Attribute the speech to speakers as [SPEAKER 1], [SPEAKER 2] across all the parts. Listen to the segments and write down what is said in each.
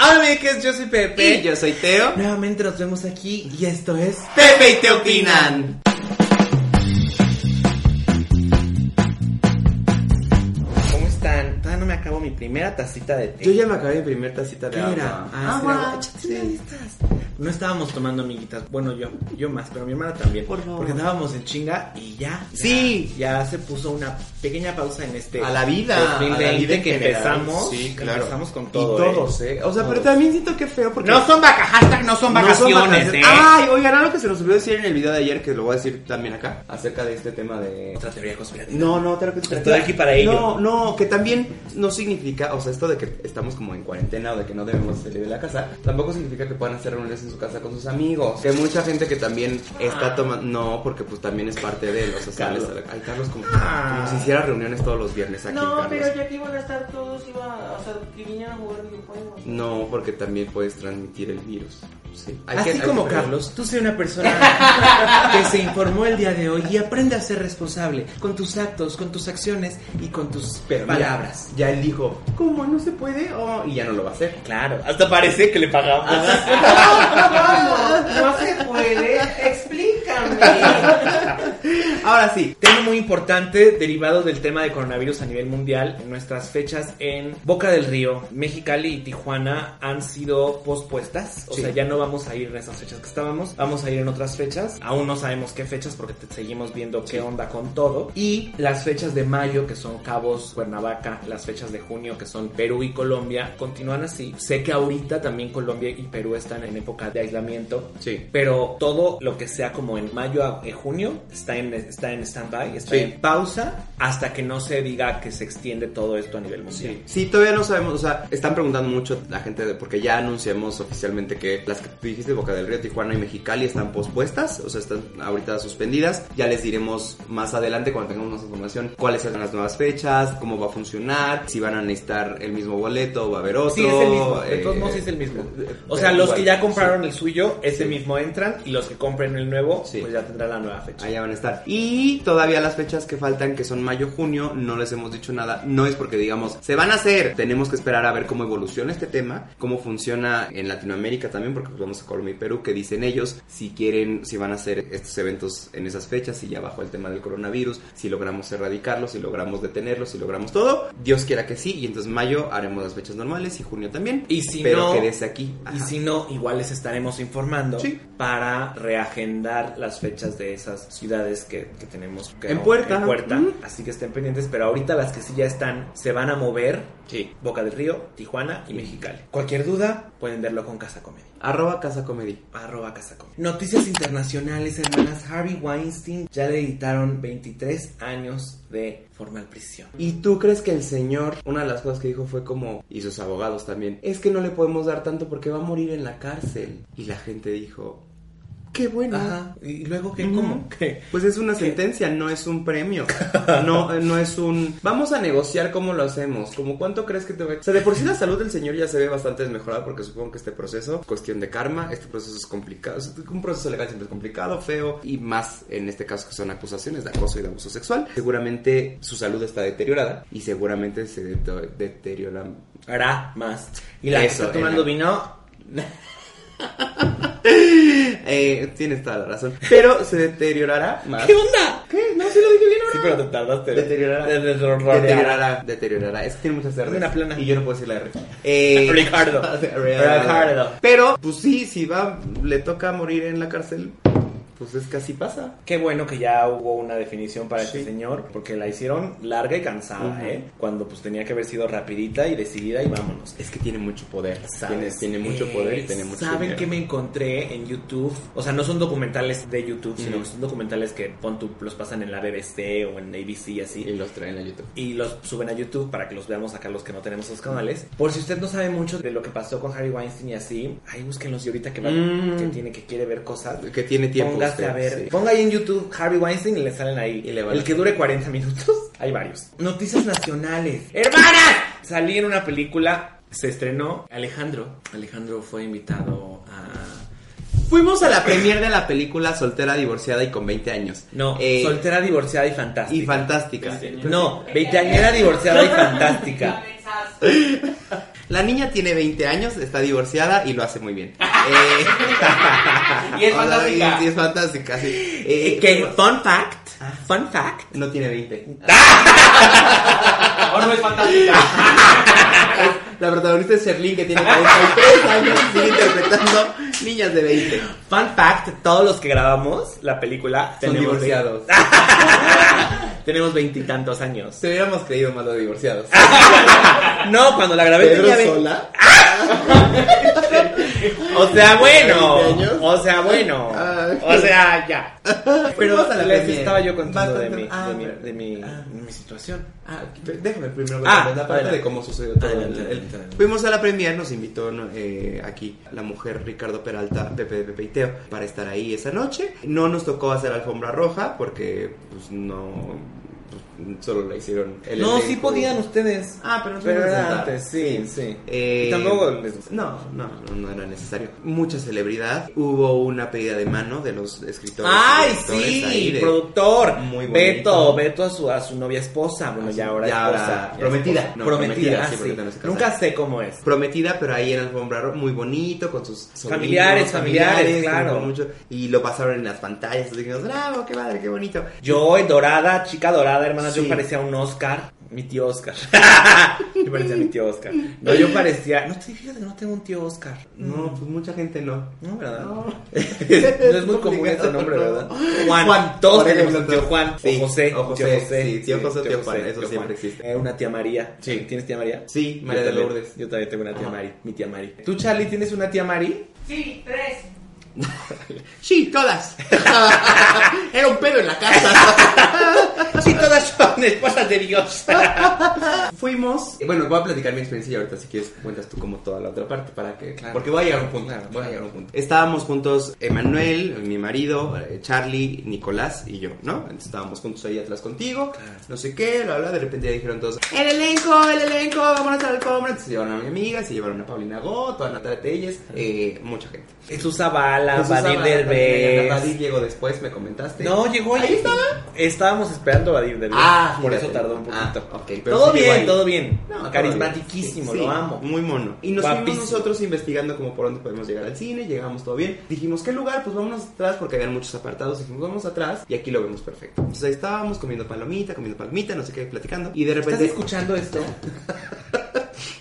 [SPEAKER 1] Hola amigues, yo soy Pepe.
[SPEAKER 2] Y yo soy Teo.
[SPEAKER 1] Nuevamente nos vemos aquí y esto es
[SPEAKER 2] Pepe y Teo opinan.
[SPEAKER 1] ¿Cómo están? Todavía no me acabo mi primera tacita de té.
[SPEAKER 2] Yo ya me acabé mi primer tacita de
[SPEAKER 1] ¿Qué
[SPEAKER 2] agua.
[SPEAKER 1] era? Ah, sí, agua. Échate una de estas. No estábamos tomando amiguitas, bueno yo, yo más, pero mi hermana también.
[SPEAKER 2] Por favor.
[SPEAKER 1] Porque andábamos en chinga y ya.
[SPEAKER 2] Sí.
[SPEAKER 1] Ya se puso una pequeña pausa en este
[SPEAKER 2] A la vida, a la
[SPEAKER 1] 2020
[SPEAKER 2] vida en
[SPEAKER 1] que
[SPEAKER 2] general.
[SPEAKER 1] empezamos.
[SPEAKER 2] Sí, claro.
[SPEAKER 1] Empezamos con
[SPEAKER 2] Y
[SPEAKER 1] todo.
[SPEAKER 2] todos, ¿eh? O sea, pero
[SPEAKER 1] Todos.
[SPEAKER 2] también siento que feo porque...
[SPEAKER 1] No son vacaciones, hashtag no son
[SPEAKER 2] No
[SPEAKER 1] vacaciones,
[SPEAKER 2] son ah.
[SPEAKER 1] ¿eh?
[SPEAKER 2] vacaciones. Ay, oigan, algo que se nos olvidó decir en el video de ayer, que lo voy a decir también acá, acerca de este tema de...
[SPEAKER 1] Otra teoría conspirativa.
[SPEAKER 2] No, no, otra cosa.
[SPEAKER 1] Estoy aquí para ello.
[SPEAKER 2] No, no, que también no significa, o sea, esto de que estamos como en cuarentena o de que no debemos salir de la casa, tampoco significa que puedan hacer reuniones en su casa con sus amigos. Que hay mucha gente que también
[SPEAKER 1] Ah.
[SPEAKER 2] está tomando, no, porque pues también es parte de los sociales. Ay, Carlos, como,
[SPEAKER 1] Ah.
[SPEAKER 2] como si hiciera reuniones todos los viernes aquí,
[SPEAKER 3] No,
[SPEAKER 2] Carlos.
[SPEAKER 3] pero ya que iban a estar todos, iba a, o sea, que vinieran a jugar videojuegos.
[SPEAKER 2] No, porque también puedes transmitir el virus. Sí. Hay que-
[SPEAKER 1] Así
[SPEAKER 2] hay que
[SPEAKER 1] como
[SPEAKER 2] ver.
[SPEAKER 1] Carlos, tú sé una persona que se informó el día de hoy y aprende a ser responsable con tus actos, con tus acciones y con tus
[SPEAKER 2] Pero mira,
[SPEAKER 1] palabras.
[SPEAKER 2] ya él dijo, ¿cómo no se puede? Oh, y ya no lo va a hacer.
[SPEAKER 1] Claro, hasta parece que le pagamos.
[SPEAKER 3] Vamos, no se puede. Explícame.
[SPEAKER 1] Ahora sí, tema muy importante derivado del tema de coronavirus a nivel mundial. En nuestras fechas en Boca del Río, Mexicali y Tijuana han sido pospuestas. O
[SPEAKER 2] Sí.
[SPEAKER 1] sea, ya no vamos a ir en esas fechas que estábamos. Vamos a ir en otras fechas. Aún no sabemos qué fechas porque te- seguimos viendo qué onda con todo. Y las fechas de mayo, que son Cabos, Cuernavaca, las fechas de junio, que son Perú y Colombia, continúan así. Sé que ahorita también Colombia y Perú están en época de aislamiento.
[SPEAKER 2] Sí.
[SPEAKER 1] Pero todo lo que sea como en mayo a eh, junio está en, está en stand-by, está
[SPEAKER 2] Sí.
[SPEAKER 1] en pausa hasta que no se diga que se extiende todo esto a nivel mundial.
[SPEAKER 2] Sí. Sí, todavía no sabemos, o sea, están preguntando mucho la gente de, porque ya anunciamos oficialmente que las que tú dijiste Boca del Río, Tijuana y Mexicali están pospuestas, o sea, están ahorita suspendidas. Ya les diremos más adelante cuando tengamos más información cuáles serán las nuevas fechas, cómo va a funcionar, si van a necesitar el mismo boleto, va a haber otro.
[SPEAKER 1] Sí, es el mismo. De todos
[SPEAKER 2] eh,
[SPEAKER 1] modos, sí es el mismo.
[SPEAKER 2] eh,
[SPEAKER 1] O sea,
[SPEAKER 2] pero
[SPEAKER 1] los
[SPEAKER 2] igual,
[SPEAKER 1] que ya compraron
[SPEAKER 2] sí.
[SPEAKER 1] el suyo, ese
[SPEAKER 2] Sí.
[SPEAKER 1] mismo entran. Y los que compren el nuevo,
[SPEAKER 2] Sí.
[SPEAKER 1] pues ya tendrán la nueva fecha.
[SPEAKER 2] Allá van a estar. Y todavía las fechas que faltan, que son mayo, junio, no les hemos dicho nada. No es porque digamos, se van a hacer. Tenemos que esperar a ver cómo evoluciona este tema, cómo funciona en Latinoamérica también, porque pues, vamos a Colombia y Perú, que dicen ellos si quieren, si van a hacer estos eventos en esas fechas, si ya bajó el tema del coronavirus, si logramos erradicarlo, si logramos detenerlo, si logramos todo. Dios quiera que sí. Y entonces mayo haremos las fechas normales y junio también.
[SPEAKER 1] Y si
[SPEAKER 2] Pero
[SPEAKER 1] no-
[SPEAKER 2] quédese aquí.
[SPEAKER 1] Y
[SPEAKER 2] Ajá.
[SPEAKER 1] si no, igual les estaremos informando
[SPEAKER 2] Sí.
[SPEAKER 1] para reagendar las fechas de esas ciudades que, que tenemos que
[SPEAKER 2] En puerta.
[SPEAKER 1] en puerta.
[SPEAKER 2] Ujú.
[SPEAKER 1] Así que estén pendientes, pero ahorita las que sí ya están se van a mover.
[SPEAKER 2] Sí.
[SPEAKER 1] Boca del Río, Tijuana y Mexicali. Cualquier duda pueden verlo con Casa Comedia.
[SPEAKER 2] Arroba Casa Comedy.
[SPEAKER 1] Arroba Casa Comedia. Noticias internacionales, hermanas. Harvey Weinstein ya le editaron 23 años de formal prisión.
[SPEAKER 2] ¿Y tú crees que el señor, una de las cosas que dijo fue como, y sus abogados también, es que no le podemos dar tanto porque va a morir en la cárcel? Y la gente dijo, qué bueno.
[SPEAKER 1] Ajá. ¿Y luego qué?
[SPEAKER 2] Ujú.
[SPEAKER 1] ¿Cómo? ¿Qué?
[SPEAKER 2] Pues es una sentencia, no es un premio. No, no es un. Vamos a negociar cómo lo hacemos. Como cuánto crees que te va a. O sea, de por sí la salud del señor ya se ve bastante desmejorada porque supongo que este proceso, cuestión de karma, este proceso es complicado. O sea, un proceso legal siempre es complicado, feo y más en este caso que son acusaciones de acoso y de abuso sexual. Seguramente su salud está deteriorada y seguramente se deto- deteriora.
[SPEAKER 1] Hará más. Y la
[SPEAKER 2] Eso,
[SPEAKER 1] que está tomando
[SPEAKER 2] en-
[SPEAKER 1] vino
[SPEAKER 2] Eh, tienes toda la razón. Pero se deteriorará más.
[SPEAKER 1] ¿Qué onda? ¿Qué? No, sí lo dije bien ahora.
[SPEAKER 2] Sí, pero
[SPEAKER 1] te tardaste.
[SPEAKER 2] Deteriorará.
[SPEAKER 1] Deteriorará.
[SPEAKER 2] Deteriorará, deteriorará. Es que tiene muchas R's.
[SPEAKER 1] Una plana.
[SPEAKER 2] Y yo no puedo decir la R. Eh,
[SPEAKER 1] Ricardo.
[SPEAKER 2] Ricardo.
[SPEAKER 1] Ricardo.
[SPEAKER 2] Pero, pues sí, si va, le toca morir en la cárcel. pues es que así pasa.
[SPEAKER 1] Qué bueno que ya hubo una definición para
[SPEAKER 2] Sí.
[SPEAKER 1] este señor, porque la hicieron larga y cansada,
[SPEAKER 2] Ujú.
[SPEAKER 1] ¿eh? Cuando pues tenía que haber sido rapidita y decidida y vámonos.
[SPEAKER 2] Es que tiene mucho poder. Tiene,
[SPEAKER 1] ¿Sabes?
[SPEAKER 2] tiene mucho
[SPEAKER 1] Eh,
[SPEAKER 2] poder y tiene mucho
[SPEAKER 1] ¿Saben
[SPEAKER 2] dinero.
[SPEAKER 1] qué me encontré en YouTube? O sea, no son documentales de YouTube, sino
[SPEAKER 2] Mm.
[SPEAKER 1] que son documentales que pon tú, los pasan en la BBC o en ABC y así.
[SPEAKER 2] Y los traen a YouTube.
[SPEAKER 1] y los suben a YouTube para que los veamos acá los que no tenemos esos canales. Por si usted no sabe mucho de lo que pasó con Harry Weinstein y así, ahí búsquenlos y ahorita que va,
[SPEAKER 2] Mm.
[SPEAKER 1] que tiene, que quiere ver cosas.
[SPEAKER 2] Que tiene tiempo.
[SPEAKER 1] Póngase
[SPEAKER 2] usted,
[SPEAKER 1] a ver.
[SPEAKER 2] sí.
[SPEAKER 1] Ponga ahí en YouTube Harry Weinstein y le salen ahí.
[SPEAKER 2] Y le van
[SPEAKER 1] el
[SPEAKER 2] a-
[SPEAKER 1] que dure 40 minutos. Hay varios. Noticias nacionales. ¡Hermanas! Salí en una película. Se estrenó Alejandro. Alejandro fue invitado a.
[SPEAKER 2] Fuimos a la premier de la película Soltera, Divorciada y con 20 años.
[SPEAKER 1] No,
[SPEAKER 2] Eh,
[SPEAKER 1] soltera, divorciada y fantástica.
[SPEAKER 2] Y fantástica. Pues
[SPEAKER 1] no, veinteañera, divorciada y fantástica.
[SPEAKER 2] La niña tiene 20 años, está divorciada y lo hace muy bien. Eh,
[SPEAKER 3] Y es
[SPEAKER 2] o sea,
[SPEAKER 3] fantástica.
[SPEAKER 2] y- y es fantástica, sí. Eh, Ah.
[SPEAKER 1] Eh, que, fun fact. Fun fact.
[SPEAKER 2] No tiene 20.
[SPEAKER 1] Ah,
[SPEAKER 3] Ahora no es fantástica.
[SPEAKER 2] La protagonista es Sherlyn, que tiene 43 años, sigue interpretando niñas de 20.
[SPEAKER 1] Fun fact, todos los que grabamos la película
[SPEAKER 2] Son
[SPEAKER 1] tenemos ve-
[SPEAKER 2] divorciados.
[SPEAKER 1] tenemos veintitantos años.
[SPEAKER 2] Se hubiéramos creído más los divorciados.
[SPEAKER 1] Ah, No, cuando la grabé
[SPEAKER 2] Pedro
[SPEAKER 1] tenía ve- Ah,
[SPEAKER 2] sola.
[SPEAKER 1] O sea, bueno.
[SPEAKER 2] 20 años.
[SPEAKER 1] O sea, bueno.
[SPEAKER 2] Ah.
[SPEAKER 1] O sea, ya. Pero
[SPEAKER 2] Fuimos a la
[SPEAKER 1] les
[SPEAKER 2] premier.
[SPEAKER 1] estaba yo contando de
[SPEAKER 2] Bastante-
[SPEAKER 1] mi,
[SPEAKER 2] ah,
[SPEAKER 1] de mi,
[SPEAKER 2] pero-
[SPEAKER 1] de mi-
[SPEAKER 2] ah.
[SPEAKER 1] de mi situación.
[SPEAKER 2] Ah, déjame primero ver
[SPEAKER 1] Ah,
[SPEAKER 2] la parte
[SPEAKER 1] adelante.
[SPEAKER 2] de cómo sucedió todo.
[SPEAKER 1] Adelante,
[SPEAKER 2] El-
[SPEAKER 1] adelante, adelante.
[SPEAKER 2] Fuimos a la premier, nos invitó ¿no? eh, aquí la mujer Ricardo Peralta, Pepe de Pepe y Teo, para estar ahí esa noche. No nos tocó hacer alfombra roja porque pues no, pues, solo la hicieron. el
[SPEAKER 1] No,
[SPEAKER 2] elenco
[SPEAKER 1] sí
[SPEAKER 2] y-
[SPEAKER 1] podían ustedes.
[SPEAKER 2] Ah, pero, nos
[SPEAKER 1] Pero
[SPEAKER 2] fuimos a
[SPEAKER 1] era
[SPEAKER 2] sentar.
[SPEAKER 1] antes, sí, sí.
[SPEAKER 2] Eh,
[SPEAKER 1] Y tampoco les
[SPEAKER 2] No, no, no, no era necesario. Mucha celebridad. Hubo una pedida de mano de los escritores. y
[SPEAKER 1] Ay,
[SPEAKER 2] directores ahí
[SPEAKER 1] sí,
[SPEAKER 2] de-
[SPEAKER 1] productor.
[SPEAKER 2] Muy bonito.
[SPEAKER 1] Beto, Beto a su, a su novia esposa. Bueno,
[SPEAKER 2] Ah, sí.
[SPEAKER 1] ya ahora
[SPEAKER 2] Ya ahora
[SPEAKER 1] esposa. ya
[SPEAKER 2] prometida.
[SPEAKER 1] esposa.
[SPEAKER 2] No,
[SPEAKER 1] prometida,
[SPEAKER 2] prometida,
[SPEAKER 1] ah,
[SPEAKER 2] sí,
[SPEAKER 1] sí.
[SPEAKER 2] porque no se casan.
[SPEAKER 1] Nunca sé cómo es.
[SPEAKER 2] prometida, pero ahí en alfombra roja, muy bonito, con sus sobrinos,
[SPEAKER 1] Familiares, familiares, claro.
[SPEAKER 2] con mucho- y lo pasaron en las pantallas, y dijimos, bravo, qué padre, qué bonito.
[SPEAKER 1] Yo, dorada, chica dorada, hermana,
[SPEAKER 2] Sí.
[SPEAKER 1] yo parecía un Oscar. Mi tío Oscar. yo parecía mi tío Oscar. No, yo parecía. No, sí, fíjate que no tengo un tío Oscar.
[SPEAKER 2] No, pues mucha gente no.
[SPEAKER 1] No, ¿verdad? Mm.
[SPEAKER 2] No.
[SPEAKER 1] No, es muy común
[SPEAKER 2] Complicado.
[SPEAKER 1] ese nombre, ¿verdad?
[SPEAKER 2] Juan.
[SPEAKER 1] Juan.
[SPEAKER 2] Por
[SPEAKER 1] Todos tenemos
[SPEAKER 2] ejemplo,
[SPEAKER 1] un tío Juan.
[SPEAKER 2] sí.
[SPEAKER 1] O José.
[SPEAKER 2] O José,
[SPEAKER 1] Tío José.
[SPEAKER 2] sí, tío José, tío Juan, eso
[SPEAKER 1] tío
[SPEAKER 2] siempre existe.
[SPEAKER 1] Eh, una tía María.
[SPEAKER 2] Sí.
[SPEAKER 1] ¿Tienes tía María?
[SPEAKER 2] Sí,
[SPEAKER 1] Yo
[SPEAKER 2] María de
[SPEAKER 1] también-
[SPEAKER 2] Lourdes.
[SPEAKER 1] Yo también tengo una tía
[SPEAKER 2] Ajá.
[SPEAKER 1] Mari. Mi tía Mari. ¿Tú, Charlie, tienes una tía Mari?
[SPEAKER 3] Sí, tres.
[SPEAKER 2] Sí, todas. Era un pedo en la casa.
[SPEAKER 1] Sí, todas son esposas de Dios.
[SPEAKER 2] Fuimos. eh, Bueno, voy a platicar mi experiencia y ahorita si quieres cuentas tú como toda la otra parte para que.
[SPEAKER 1] Claro.
[SPEAKER 2] Porque voy a llegar a un punto.
[SPEAKER 1] Claro,
[SPEAKER 2] voy a
[SPEAKER 1] claro.
[SPEAKER 2] llegar a un punto. Estábamos juntos, Emanuel, mi marido, eh, Charlie, Nicolás y yo, ¿no? Entonces estábamos juntos ahí atrás contigo.
[SPEAKER 1] Claro.
[SPEAKER 2] No sé qué, bla, bla. De repente ya dijeron todos: ¡El elenco, el elenco! ¡Vámonos al alfombra! Entonces se llevaron a mi amiga, se llevaron a Paulina Gott, a Natalia Telles, eh, mucha gente.
[SPEAKER 1] Jesús Zavala,
[SPEAKER 2] Jesús
[SPEAKER 1] Vadir
[SPEAKER 2] Zavala, Vadir
[SPEAKER 1] Derbez.
[SPEAKER 2] llegó después, me comentaste.
[SPEAKER 1] No, llegó
[SPEAKER 2] ¿Ahí estaba?
[SPEAKER 1] Estábamos esperando a Vadir Derbez.
[SPEAKER 2] Ah,
[SPEAKER 1] por
[SPEAKER 2] fíjate.
[SPEAKER 1] eso tardó un
[SPEAKER 2] Ah,
[SPEAKER 1] poquito.
[SPEAKER 2] ok, pero
[SPEAKER 1] todo
[SPEAKER 2] sí llegó
[SPEAKER 1] bien,
[SPEAKER 2] ahí.
[SPEAKER 1] todo bien.
[SPEAKER 2] No,
[SPEAKER 1] Carismatiquísimo,
[SPEAKER 2] todo bien.
[SPEAKER 1] lo
[SPEAKER 2] Sí,
[SPEAKER 1] amo.
[SPEAKER 2] Muy mono. Y nos fuimos
[SPEAKER 1] Guapísimo.
[SPEAKER 2] nosotros investigando como por dónde podemos llegar al cine, llegamos todo bien. Dijimos, ¿qué lugar? Pues vámonos atrás porque habían muchos apartados. Dijimos, vamos atrás y aquí lo vemos perfecto. Entonces ahí estábamos comiendo palomita, comiendo palomita, no sé qué, platicando. Y de
[SPEAKER 1] ¿Estás
[SPEAKER 2] repente...
[SPEAKER 1] escuchando esto?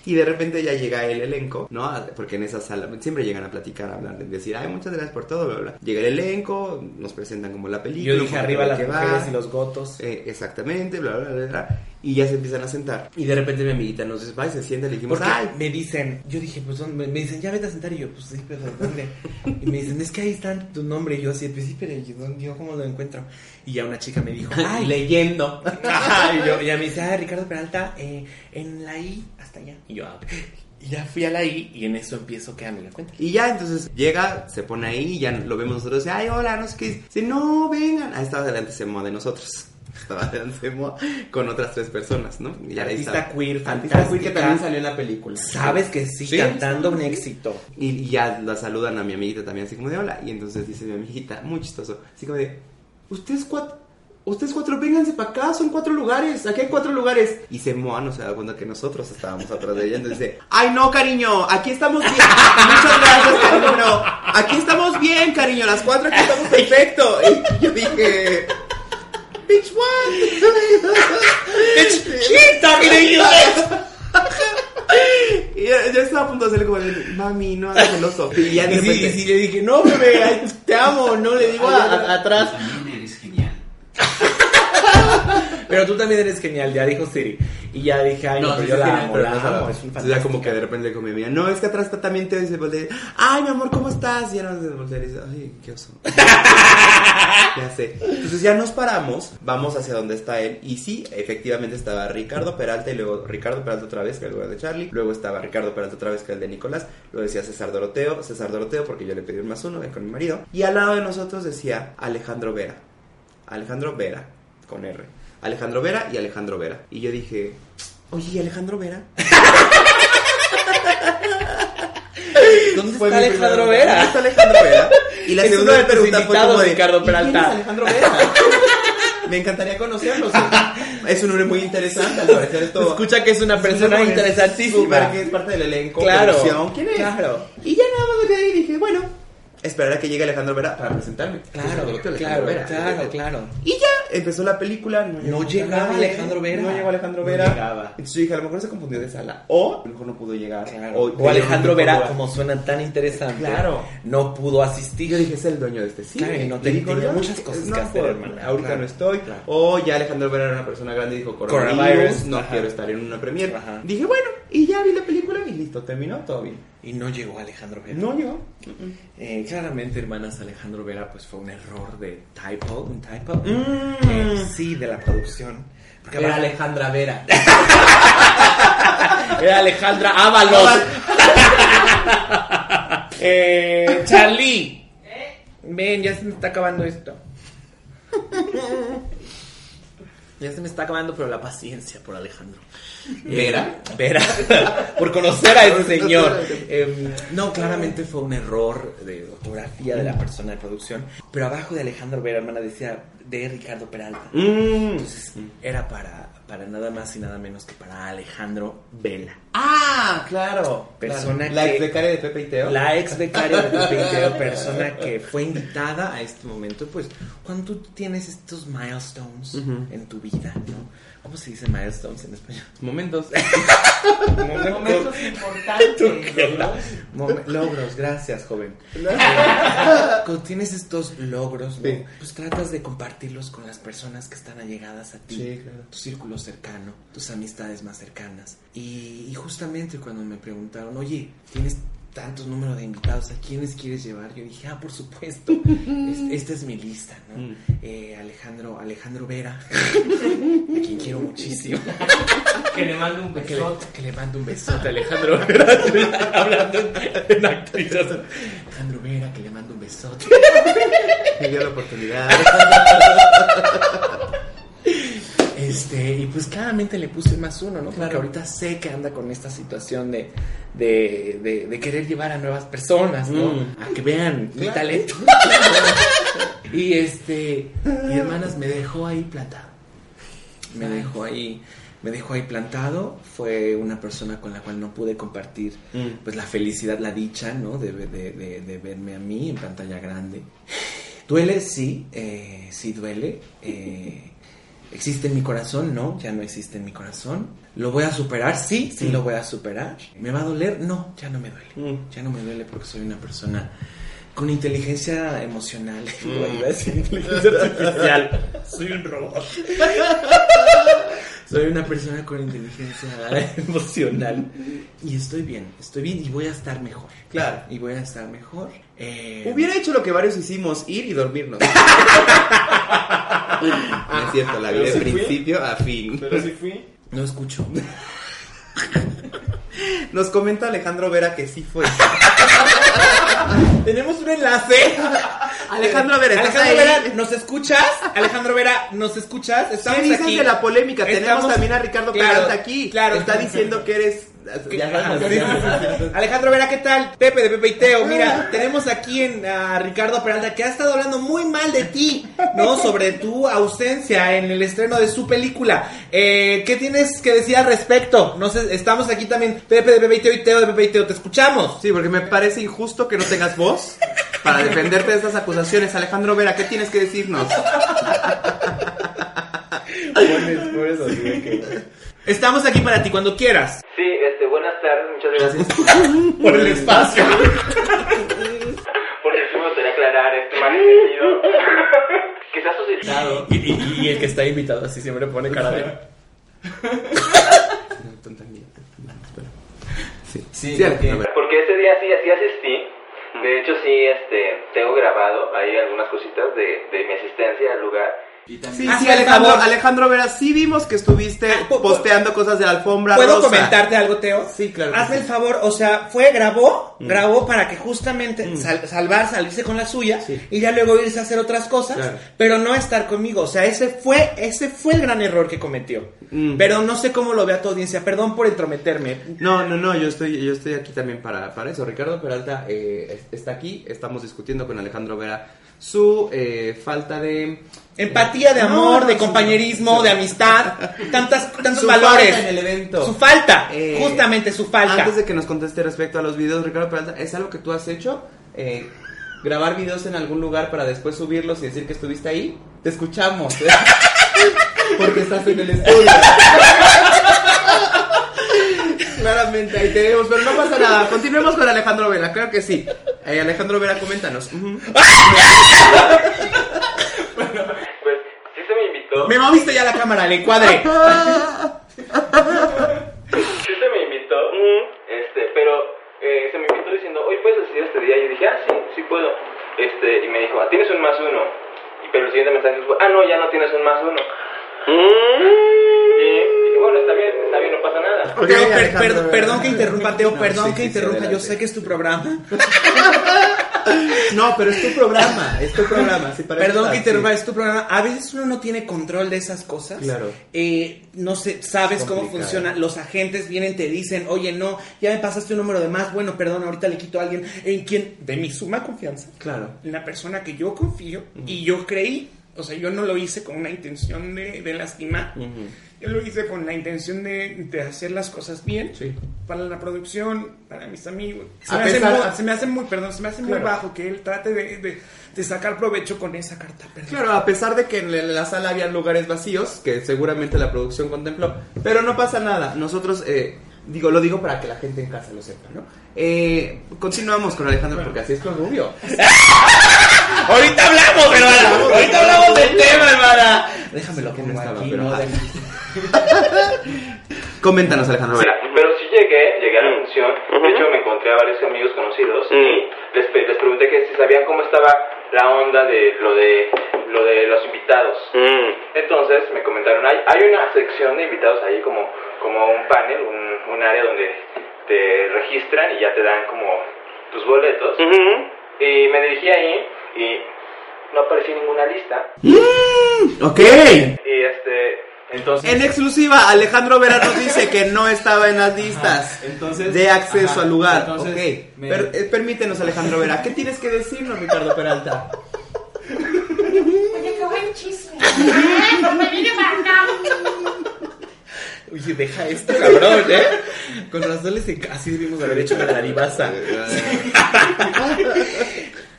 [SPEAKER 2] Y de repente ya llega el elenco, ¿no? Porque en esa sala siempre llegan a platicar, a hablar, de decir, ay, muchas gracias por todo, bla, bla. Llega el elenco, nos presentan como la película.
[SPEAKER 1] Yo dije
[SPEAKER 2] como
[SPEAKER 1] arriba
[SPEAKER 2] de
[SPEAKER 1] las
[SPEAKER 2] qué va.
[SPEAKER 1] mujeres y los gotos.
[SPEAKER 2] Eh, exactamente, bla, bla, bla, bla. Y ya se empiezan a sentar. Y de repente mi amiguita nos dice, "Ay", se sienta y le dijimos,
[SPEAKER 1] Porque
[SPEAKER 2] ay,
[SPEAKER 1] me dicen, yo dije, pues ¿dónde? me dicen, ya vete a sentar y yo, pues sí, pero ¿dónde? Y me dicen, es que ahí está tu nombre y yo así, pues sí, pero yo, ¿dónde- yo cómo lo encuentro. Y ya una chica me dijo, ay,
[SPEAKER 2] leyendo.
[SPEAKER 1] Ajá, y yo, ya me dice, ah, Ricardo Peralta, eh, en la I hasta allá. Y yo, ah, ok. Y ya fui a la I y en eso empiezo que "Ah, me la cuenta.
[SPEAKER 2] Y ya, entonces llega, se pone ahí, ya lo vemos nosotros, dice, ay, hola, no sé qué. Dice, no, vengan. Ahí estaba delante Semoa de nosotros. Estaba delante Semoa con otras tres personas, ¿no? Y ahí
[SPEAKER 1] Artista
[SPEAKER 2] estaba.
[SPEAKER 1] queer,
[SPEAKER 2] Artista queer que
[SPEAKER 1] fantástica.
[SPEAKER 2] también salió en la película.
[SPEAKER 1] Sabes que sí,
[SPEAKER 2] Sí,
[SPEAKER 1] cantando un
[SPEAKER 2] sí.
[SPEAKER 1] éxito.
[SPEAKER 2] Y, y ya la saludan a mi amiguita también, así como de hola. Y entonces dice mi amiguita, muy chistoso, así como de, ustedes cuatro, ustedes cuatro, vénganse para acá, son cuatro lugares, aquí hay cuatro lugares. Y se moa, no se da cuenta que nosotros estábamos atrás de ella. Entonces dice, ay no, cariño, aquí estamos bien. Muchas gracias, cariño. Aquí estamos bien, cariño, las cuatro aquí estamos perfecto. Y yo dije, bitch, what?
[SPEAKER 1] She's talking to you.
[SPEAKER 2] Y yo, yo estaba a punto de hacerle como, de, mami, no hagas el oso. Y ya de
[SPEAKER 1] Y sí,
[SPEAKER 2] repente,
[SPEAKER 1] y sí, le dije, no, bebé, ay, te amo, no le digo a- a- atrás.
[SPEAKER 4] También eres genial.
[SPEAKER 1] Pero tú también eres genial, ya dijo Siri. Y ya dije, ay, no,
[SPEAKER 4] No,
[SPEAKER 1] pero
[SPEAKER 4] sí,
[SPEAKER 1] yo
[SPEAKER 4] sí,
[SPEAKER 1] la
[SPEAKER 4] genial,
[SPEAKER 1] amo,
[SPEAKER 2] pero
[SPEAKER 1] la
[SPEAKER 2] no se la
[SPEAKER 1] amo.
[SPEAKER 2] daba.
[SPEAKER 1] Es un
[SPEAKER 2] Entonces ya como que de repente le digo a mi amiga, no, es que atrás está- también te dice, voltea, ay, mi amor, ¿cómo estás? Y ya nos voltea y dice, ay, qué oso. ya sé. Entonces ya nos paramos, vamos hacia donde está él, y sí, efectivamente estaba Ricardo Peralta y luego Ricardo Peralta otra vez, que era el lugar de Charlie, luego estaba Ricardo Peralta otra vez, que era el de Nicolás, luego decía César Doroteo, César Doroteo, porque yo le pedí un más uno, de con mi marido, y al lado de nosotros decía Alejandro Vera. Alejandro Vera, con R. Alejandro Vera y Alejandro Vera. Y yo dije, oye, ¿y Alejandro Vera?
[SPEAKER 1] ¿Dónde
[SPEAKER 2] Fue
[SPEAKER 1] está
[SPEAKER 2] mi
[SPEAKER 1] Alejandro
[SPEAKER 2] primera- ¿Dónde
[SPEAKER 1] Vera?
[SPEAKER 2] está Alejandro Vera? Y la
[SPEAKER 1] Es uno
[SPEAKER 2] segunda
[SPEAKER 1] de tus
[SPEAKER 2] pregunta fue
[SPEAKER 1] invitados,
[SPEAKER 2] como de,
[SPEAKER 1] Ricardo
[SPEAKER 2] ¿y quién es
[SPEAKER 1] Peralta?
[SPEAKER 2] Alejandro Vera? Me encantaría conocerlo. sí. Es un hombre muy interesante, al parecer es todo.
[SPEAKER 1] Escucha que es una persona
[SPEAKER 2] Súper, súper,
[SPEAKER 1] interesantísima.
[SPEAKER 2] que es parte del elenco.
[SPEAKER 1] Claro.
[SPEAKER 2] producción. ¿Quién es?
[SPEAKER 1] Claro.
[SPEAKER 2] Y ya nada más me quedé ahí y dije, bueno, esperar a que llegue Alejandro Vera para presentarme.
[SPEAKER 1] Claro,
[SPEAKER 2] Alejandro
[SPEAKER 1] claro,
[SPEAKER 2] Vera.
[SPEAKER 1] claro, claro.
[SPEAKER 2] Y ya empezó la película.
[SPEAKER 1] No llegaba
[SPEAKER 2] nadie,
[SPEAKER 1] Alejandro Vera.
[SPEAKER 2] No llegó Alejandro
[SPEAKER 1] No
[SPEAKER 2] Vera.
[SPEAKER 1] llegaba.
[SPEAKER 2] Entonces yo dije, a lo mejor se confundió de sala. O a lo mejor no pudo llegar.
[SPEAKER 1] O,
[SPEAKER 2] tenía
[SPEAKER 1] Alejandro
[SPEAKER 2] un
[SPEAKER 1] Vera,
[SPEAKER 2] lugar.
[SPEAKER 1] como suena tan interesante,
[SPEAKER 2] Claro.
[SPEAKER 1] no pudo
[SPEAKER 2] Y
[SPEAKER 1] asistir.
[SPEAKER 2] yo dije, es el dueño de este cine.
[SPEAKER 1] Claro, y no
[SPEAKER 2] Y
[SPEAKER 1] te-
[SPEAKER 2] dijo,
[SPEAKER 1] tenía
[SPEAKER 2] no,
[SPEAKER 1] muchas
[SPEAKER 2] es-
[SPEAKER 1] cosas
[SPEAKER 2] no,
[SPEAKER 1] que hacer,
[SPEAKER 2] por-
[SPEAKER 1] hermana.
[SPEAKER 2] Ahorita
[SPEAKER 1] Claro.
[SPEAKER 2] no estoy.
[SPEAKER 1] Claro.
[SPEAKER 2] O ya Alejandro Vera era una persona grande y dijo, coronavirus,
[SPEAKER 1] Coronavirus,
[SPEAKER 2] no
[SPEAKER 1] ajá.
[SPEAKER 2] quiero estar en una premiere.
[SPEAKER 1] Ajá.
[SPEAKER 2] Dije, bueno, y ya vi la película y listo, terminó todo bien.
[SPEAKER 1] Y no llegó Alejandro Vera.
[SPEAKER 2] No llegó.
[SPEAKER 1] Eh, claramente, hermanas, Alejandro Vera, pues fue un error de typo, un typo.
[SPEAKER 2] Mm.
[SPEAKER 1] Eh, sí, de la producción. Porque
[SPEAKER 2] Era
[SPEAKER 1] aparte-
[SPEAKER 2] Alejandra Vera.
[SPEAKER 1] era Alejandra Ábalos. eh, Charlie. Ven, ya se me está acabando esto. Ya se me está acabando, pero la paciencia por Alejandro.
[SPEAKER 2] ¿Vera?
[SPEAKER 1] Eh, Vera. por conocer a ese señor. Eh, no, claramente fue un error de ortografía de la persona de producción. Pero abajo de Alejandro Vera, hermana, decía de Ricardo Peralta.
[SPEAKER 2] Mm.
[SPEAKER 1] Entonces, era para, para nada más y nada menos que para Alejandro Vela.
[SPEAKER 2] Ah, claro.
[SPEAKER 1] Persona
[SPEAKER 2] claro. La
[SPEAKER 1] que-
[SPEAKER 2] ex becaria de Pepe y Teo.
[SPEAKER 1] La ex becaria de Pepe y Teo, persona que fue invitada a este momento, pues cuando tú tienes estos milestones
[SPEAKER 2] Ujú.
[SPEAKER 1] en tu vida, ¿no? ¿Cómo se dice milestones en español?
[SPEAKER 2] Momentos.
[SPEAKER 3] Momentos importantes. ¿no?
[SPEAKER 1] Mom- logros, gracias, joven. Cuando tienes estos logros, ¿no?
[SPEAKER 2] Sí.
[SPEAKER 1] pues tratas de compartirlos con las personas que están allegadas a ti,
[SPEAKER 2] Sí, claro.
[SPEAKER 1] tu círculo cercano, tus amistades más cercanas. Y, y justamente cuando me preguntaron, oye, tienes tantos números de invitados, ¿a quiénes quieres llevar? Yo dije, ah, por supuesto, es- esta es mi lista, ¿no?
[SPEAKER 2] Mm.
[SPEAKER 1] Eh, Alejandro, Alejandro Vera, a quien quiero muchísimo.
[SPEAKER 3] Que le mando un
[SPEAKER 1] Que le,
[SPEAKER 3] besote.
[SPEAKER 1] que le mando un besote a Alejandro Vera. Hablando en actriz. Alejandro Vera, que le mando un besote.
[SPEAKER 2] Me dio la oportunidad.
[SPEAKER 1] Este, y pues claramente le puse más uno, ¿no? Porque ahorita sé que anda con esta situación de, de, de, de querer llevar a nuevas personas, ¿no?
[SPEAKER 2] Mm.
[SPEAKER 1] A que vean mi
[SPEAKER 2] Claro.
[SPEAKER 1] talento. y este, y hermanas, me dejó ahí plantado. Me dejó ahí, me dejó ahí plantado. Fue una persona con la cual no pude compartir
[SPEAKER 2] Mm.
[SPEAKER 1] pues la felicidad, la dicha, ¿no? De, de- de- de verme a mí en pantalla grande. Duele, sí, eh, sí duele. eh, existe en mi corazón, no, ya no existe en mi corazón. ¿Lo voy a superar? Sí, sí lo voy a superar. ¿Me va a doler? No, ya no me duele.
[SPEAKER 2] Mm.
[SPEAKER 1] Ya no me duele porque soy una persona con inteligencia emocional.
[SPEAKER 2] Mm.
[SPEAKER 1] Iba a decir inteligencia artificial. Soy un robot. Soy una persona con inteligencia emocional. Y estoy bien, estoy bien y voy a estar mejor.
[SPEAKER 2] Claro.
[SPEAKER 1] Y voy a estar mejor. Eh,
[SPEAKER 2] Hubiera hecho lo que varios hicimos, ir y dormirnos. no es cierto, la vida de
[SPEAKER 3] Pero sí fui.
[SPEAKER 2] principio a fin.
[SPEAKER 3] Pero sí fui.
[SPEAKER 1] No escucho.
[SPEAKER 2] Nos comenta Alejandro Vera que sí fue.
[SPEAKER 1] Tenemos un enlace.
[SPEAKER 2] Alejandro Vera, ¿estás
[SPEAKER 1] Alejandro
[SPEAKER 2] ahí?
[SPEAKER 1] Vera, ¿nos escuchas? Alejandro Vera, ¿nos escuchas?
[SPEAKER 2] ¿Qué
[SPEAKER 1] Estamos
[SPEAKER 2] dices
[SPEAKER 1] aquí.
[SPEAKER 2] de la polémica? Tenemos
[SPEAKER 1] Estamos-
[SPEAKER 2] también a Ricardo
[SPEAKER 1] Claro,
[SPEAKER 2] Peralta aquí.
[SPEAKER 1] claro.
[SPEAKER 2] Está diciendo que eres. Ya sabes, ya sabes.
[SPEAKER 1] Ah, Alejandro Vera, ¿qué tal? Pepe de Pepe y Teo, mira, tenemos aquí en, a Ricardo Peralta que ha estado hablando muy mal de ti, ¿no? Sobre tu ausencia en el estreno de su película. Eh, ¿Qué tienes que decir al respecto? No sé, estamos aquí también, Pepe de Pepe y Teo y Teo de Pepe y Teo, te escuchamos.
[SPEAKER 2] Sí, porque me parece injusto que no tengas voz para defenderte de estas acusaciones. Alejandro Vera, ¿qué tienes que decirnos?
[SPEAKER 1] Estamos aquí para ti cuando quieras.
[SPEAKER 5] Sí, este, buenas tardes.
[SPEAKER 4] muchas gracias.
[SPEAKER 1] Por el espacio.
[SPEAKER 4] Porque sí me gustaría aclarar este malentendido que se ha suscitado.
[SPEAKER 1] Y, y- y el que está invitado así siempre pone cara de.
[SPEAKER 2] Tonta mía. Bueno, espera. Sí,
[SPEAKER 1] Sí,
[SPEAKER 2] sí, a la-
[SPEAKER 1] porque-
[SPEAKER 2] a ver.
[SPEAKER 4] Porque ese día sí, sí asistí. De hecho, sí, este, tengo grabado ahí algunas cositas de, de mi asistencia al lugar.
[SPEAKER 5] Y también.
[SPEAKER 2] Sí,
[SPEAKER 1] Hazme
[SPEAKER 2] sí,
[SPEAKER 1] el
[SPEAKER 2] Alejandro,
[SPEAKER 1] Ah, favor.
[SPEAKER 2] Alejandro Vera, sí vimos que estuviste
[SPEAKER 1] Ah, po- po-
[SPEAKER 2] posteando cosas de la alfombra
[SPEAKER 1] ¿Puedo
[SPEAKER 2] rosa.
[SPEAKER 1] comentarte algo, Teo?
[SPEAKER 2] Sí, claro que
[SPEAKER 1] Hazme
[SPEAKER 2] sí. Mm.
[SPEAKER 1] el favor, o sea, fue, grabó, grabó para que justamente sal- salvar, salirse con la suya
[SPEAKER 2] Sí.
[SPEAKER 1] y ya luego irse a hacer otras cosas,
[SPEAKER 2] Claro.
[SPEAKER 1] pero no estar conmigo. O sea, ese fue, ese fue el gran error que cometió.
[SPEAKER 2] Mm.
[SPEAKER 1] Pero no sé cómo lo vea tu audiencia, perdón por entrometerme.
[SPEAKER 2] No, no, no, yo estoy, yo estoy aquí también para, para eso. Ricardo Peralta eh, es- está aquí, estamos discutiendo con Alejandro Vera su eh, falta de...
[SPEAKER 1] Empatía de
[SPEAKER 2] No,
[SPEAKER 1] amor,
[SPEAKER 2] no,
[SPEAKER 1] de
[SPEAKER 2] su-
[SPEAKER 1] compañerismo, de amistad, tantas, tantos
[SPEAKER 2] Su
[SPEAKER 1] valores.
[SPEAKER 2] falta en el evento.
[SPEAKER 1] Su falta,
[SPEAKER 2] Eh,
[SPEAKER 1] justamente su falta.
[SPEAKER 2] Antes de que nos conteste respecto a los videos, Ricardo Peralta, ¿es algo que tú has hecho? Eh, ¿Grabar videos en algún lugar para después subirlos y decir que estuviste ahí? Te escuchamos. ¿eh? Porque estás en el estudio. Claramente, ahí te vemos, pero no pasa nada. Continuemos con Alejandro Vera, claro que sí. Eh, Alejandro Vera, coméntanos. Ujú.
[SPEAKER 4] Pues sí se me invitó.
[SPEAKER 1] Me moviste ya la cámara, le cuadre.
[SPEAKER 4] Sí se me invitó, este, pero eh, se me invitó diciendo, hoy puedes asistir este día. Y yo dije, ah, sí, sí puedo. Este, y me dijo, ah, tienes un más uno. Y, pero el siguiente mensaje fue, ah, no, ya no tienes un más uno.
[SPEAKER 1] Mm.
[SPEAKER 4] Y dije, bueno, está bien, está bien, no pasa nada.
[SPEAKER 2] Ok,
[SPEAKER 1] Teo, per-
[SPEAKER 2] Alejandro,
[SPEAKER 1] per-
[SPEAKER 2] ¿verdad?
[SPEAKER 1] perdón que interrumpa, Teo,
[SPEAKER 2] No,
[SPEAKER 1] perdón
[SPEAKER 2] sí,
[SPEAKER 1] que
[SPEAKER 2] sí, sí,
[SPEAKER 1] interrumpa, yo
[SPEAKER 2] adelante.
[SPEAKER 1] sé que es tu programa.
[SPEAKER 2] No, pero es tu programa, es tu programa. Ah, sí, para
[SPEAKER 1] Perdón
[SPEAKER 2] eso
[SPEAKER 1] que
[SPEAKER 2] está,
[SPEAKER 1] interrumpa,
[SPEAKER 2] sí.
[SPEAKER 1] es tu programa. A veces uno no tiene control de esas cosas.
[SPEAKER 2] Claro.
[SPEAKER 1] Eh, no sé, sabes
[SPEAKER 2] Es
[SPEAKER 1] cómo
[SPEAKER 2] complicado.
[SPEAKER 1] funciona. Los agentes vienen, te dicen, oye, no, ya me pasaste un número de más. Bueno, perdón, ahorita le quito a alguien en quien, de mi suma confianza,
[SPEAKER 2] Claro.
[SPEAKER 1] en la persona que yo confío y yo creí. O sea, yo no lo hice con una intención de, de lastimar. Yo lo hice con la intención de, de hacer las cosas bien.
[SPEAKER 2] Sí.
[SPEAKER 1] Para la producción, para mis amigos. Se,
[SPEAKER 2] A
[SPEAKER 1] me, hace
[SPEAKER 2] pesar-
[SPEAKER 1] muy, se me hace muy, perdón, se me hace muy
[SPEAKER 2] Claro.
[SPEAKER 1] bajo que él trate de, de- de sacar provecho con esa carta. perdón.
[SPEAKER 2] Claro, a pesar de que en la- en la sala había lugares vacíos, que seguramente la producción contempló, pero no pasa nada. Nosotros, eh, digo, lo digo para que la gente en casa lo sepa, ¿no? Eh, continuamos con Alejandro porque así es con Rubio.
[SPEAKER 1] Ahorita hablamos, hermana. Ahorita hablamos del tema, hermana. Déjamelo
[SPEAKER 2] que
[SPEAKER 1] como
[SPEAKER 2] no estaba,
[SPEAKER 1] aquí,
[SPEAKER 2] pero-
[SPEAKER 1] no,
[SPEAKER 2] ah.
[SPEAKER 1] Déjame-
[SPEAKER 2] Coméntanos, Alejandro.
[SPEAKER 4] Mira, Pero sí Mm. llegué, llegué a la función. De hecho, me encontré a varios amigos conocidos y les, pe- les pregunté que si sabían cómo estaba la onda de lo de lo de los invitados. Entonces me comentaron, hay, hay una sección de invitados ahí como, como un panel, un, un área donde te registran y ya te dan como tus boletos. Y me dirigí ahí y no apareció ninguna lista.
[SPEAKER 2] Mm, ok.
[SPEAKER 4] Y este, entonces...
[SPEAKER 2] En exclusiva, Alejandro Vera nos dice que no estaba en las listas
[SPEAKER 5] Entonces,
[SPEAKER 2] de acceso
[SPEAKER 5] ajá,
[SPEAKER 2] al lugar.
[SPEAKER 5] entonces,
[SPEAKER 2] ok.
[SPEAKER 5] me-
[SPEAKER 2] Per- eh, permítenos, Alejandro Vera. ¿Qué tienes que decirnos, Ricardo Peralta?
[SPEAKER 6] Oye, qué buen chisme. Ay, Me vine para acá.
[SPEAKER 1] Oye, deja esto, cabrón, ¿eh? Con razón les enc- así debimos haber hecho la divasa.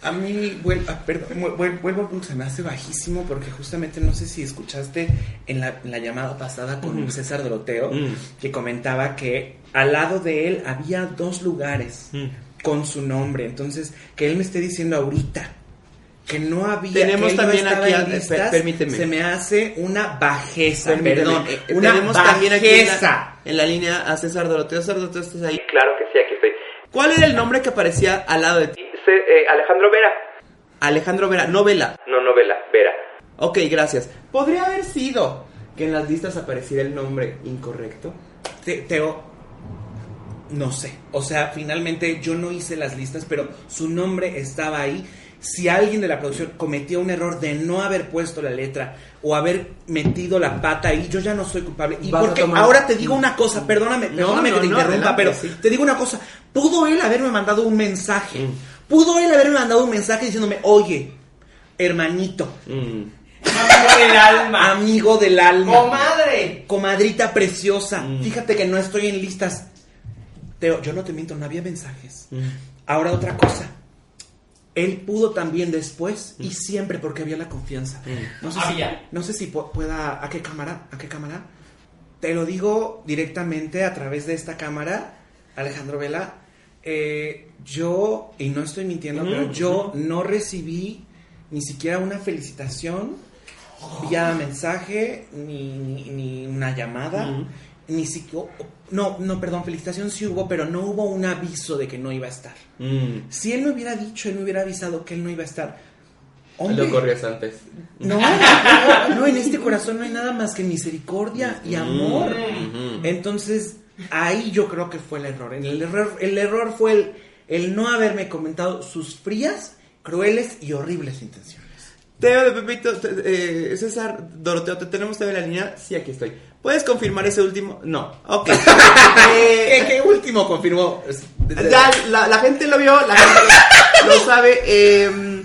[SPEAKER 1] A mí, vuel- ah, perdón, vuel- vuel- vuelvo a punto, se me hace bajísimo porque justamente no sé si escuchaste en la, en la llamada pasada con
[SPEAKER 2] Mm.
[SPEAKER 1] César Doroteo que comentaba que al lado de él había dos lugares
[SPEAKER 2] Mm.
[SPEAKER 1] con su nombre. Entonces, que él me esté diciendo ahorita que no había.
[SPEAKER 2] Tenemos
[SPEAKER 1] que él no
[SPEAKER 2] también
[SPEAKER 1] estaba
[SPEAKER 2] aquí
[SPEAKER 1] en
[SPEAKER 2] al- per-
[SPEAKER 1] listas,
[SPEAKER 2] permíteme.
[SPEAKER 1] Se me hace una bajeza,
[SPEAKER 2] Permíteme,
[SPEAKER 1] perdón.
[SPEAKER 2] eh,
[SPEAKER 1] una
[SPEAKER 2] tenemos
[SPEAKER 1] bajeza.
[SPEAKER 2] también aquí en la, en la línea a César Doroteo. César Doroteo, ¿estás ahí?
[SPEAKER 4] Claro que sí, aquí estoy.
[SPEAKER 2] ¿Cuál era el nombre que aparecía al lado de ti?
[SPEAKER 4] Se- eh, Alejandro Vera.
[SPEAKER 2] Alejandro Vera, novela.
[SPEAKER 4] No, novela, Vera.
[SPEAKER 2] Ok, gracias. ¿Podría haber sido que en las listas apareciera el nombre incorrecto?
[SPEAKER 1] Te- Teo, no sé. O sea, finalmente yo no hice las listas, pero su nombre estaba ahí. Si alguien de la producción cometió un error de no haber puesto la letra o haber metido la pata ahí, yo ya no soy culpable. Y
[SPEAKER 2] Vas a
[SPEAKER 1] porque
[SPEAKER 2] tomar-
[SPEAKER 1] ahora te digo una cosa, perdóname,
[SPEAKER 2] No,
[SPEAKER 1] perdóname
[SPEAKER 2] no,
[SPEAKER 1] que te
[SPEAKER 2] no,
[SPEAKER 1] interrumpa,
[SPEAKER 2] adelante,
[SPEAKER 1] pero
[SPEAKER 2] sí.
[SPEAKER 1] te digo una cosa. Pudo él haberme mandado un mensaje. Pudo él haberme mandado un mensaje diciéndome, oye, hermanito,
[SPEAKER 2] Mm,
[SPEAKER 3] Amigo del alma.
[SPEAKER 1] amigo del alma.
[SPEAKER 3] Comadre.
[SPEAKER 1] Comadrita preciosa,
[SPEAKER 2] Mm.
[SPEAKER 1] fíjate que no estoy en listas. Teo, yo no te miento, no había mensajes. Ahora otra cosa. Él pudo también después y siempre porque había la confianza. No sé
[SPEAKER 3] Había.
[SPEAKER 1] si, no sé si po- pueda. ¿A qué cámara? ¿A qué cámara? Te lo digo directamente a través de esta cámara. Alejandro Vela, eh, yo, y no estoy mintiendo, pero yo no recibí ni siquiera una felicitación, vía mensaje, ni, ni, ni una llamada, ni siquiera... No, no, perdón, felicitación sí hubo, pero no hubo un aviso de que no iba a estar.
[SPEAKER 2] mm.
[SPEAKER 1] Si él me hubiera dicho, él me hubiera avisado que él no iba a estar. Hombre,
[SPEAKER 2] Lo corrías antes.
[SPEAKER 1] no, no, no, en este corazón no hay nada más que misericordia y amor.
[SPEAKER 2] Mm. Ujú.
[SPEAKER 1] Entonces, ahí yo creo que fue el error. El error, el error fue el, el no haberme comentado sus frías, crueles y horribles intenciones.
[SPEAKER 2] Teo de Pepito, te- eh, César, Doroteo, ¿te tenemos todavía en la línea? Sí, aquí estoy. ¿Puedes confirmar ese último? No. Ok. Eh,
[SPEAKER 1] ¿Qué, último confirmó?
[SPEAKER 2] ya, la, la gente lo vio, la gente lo sabe. eh,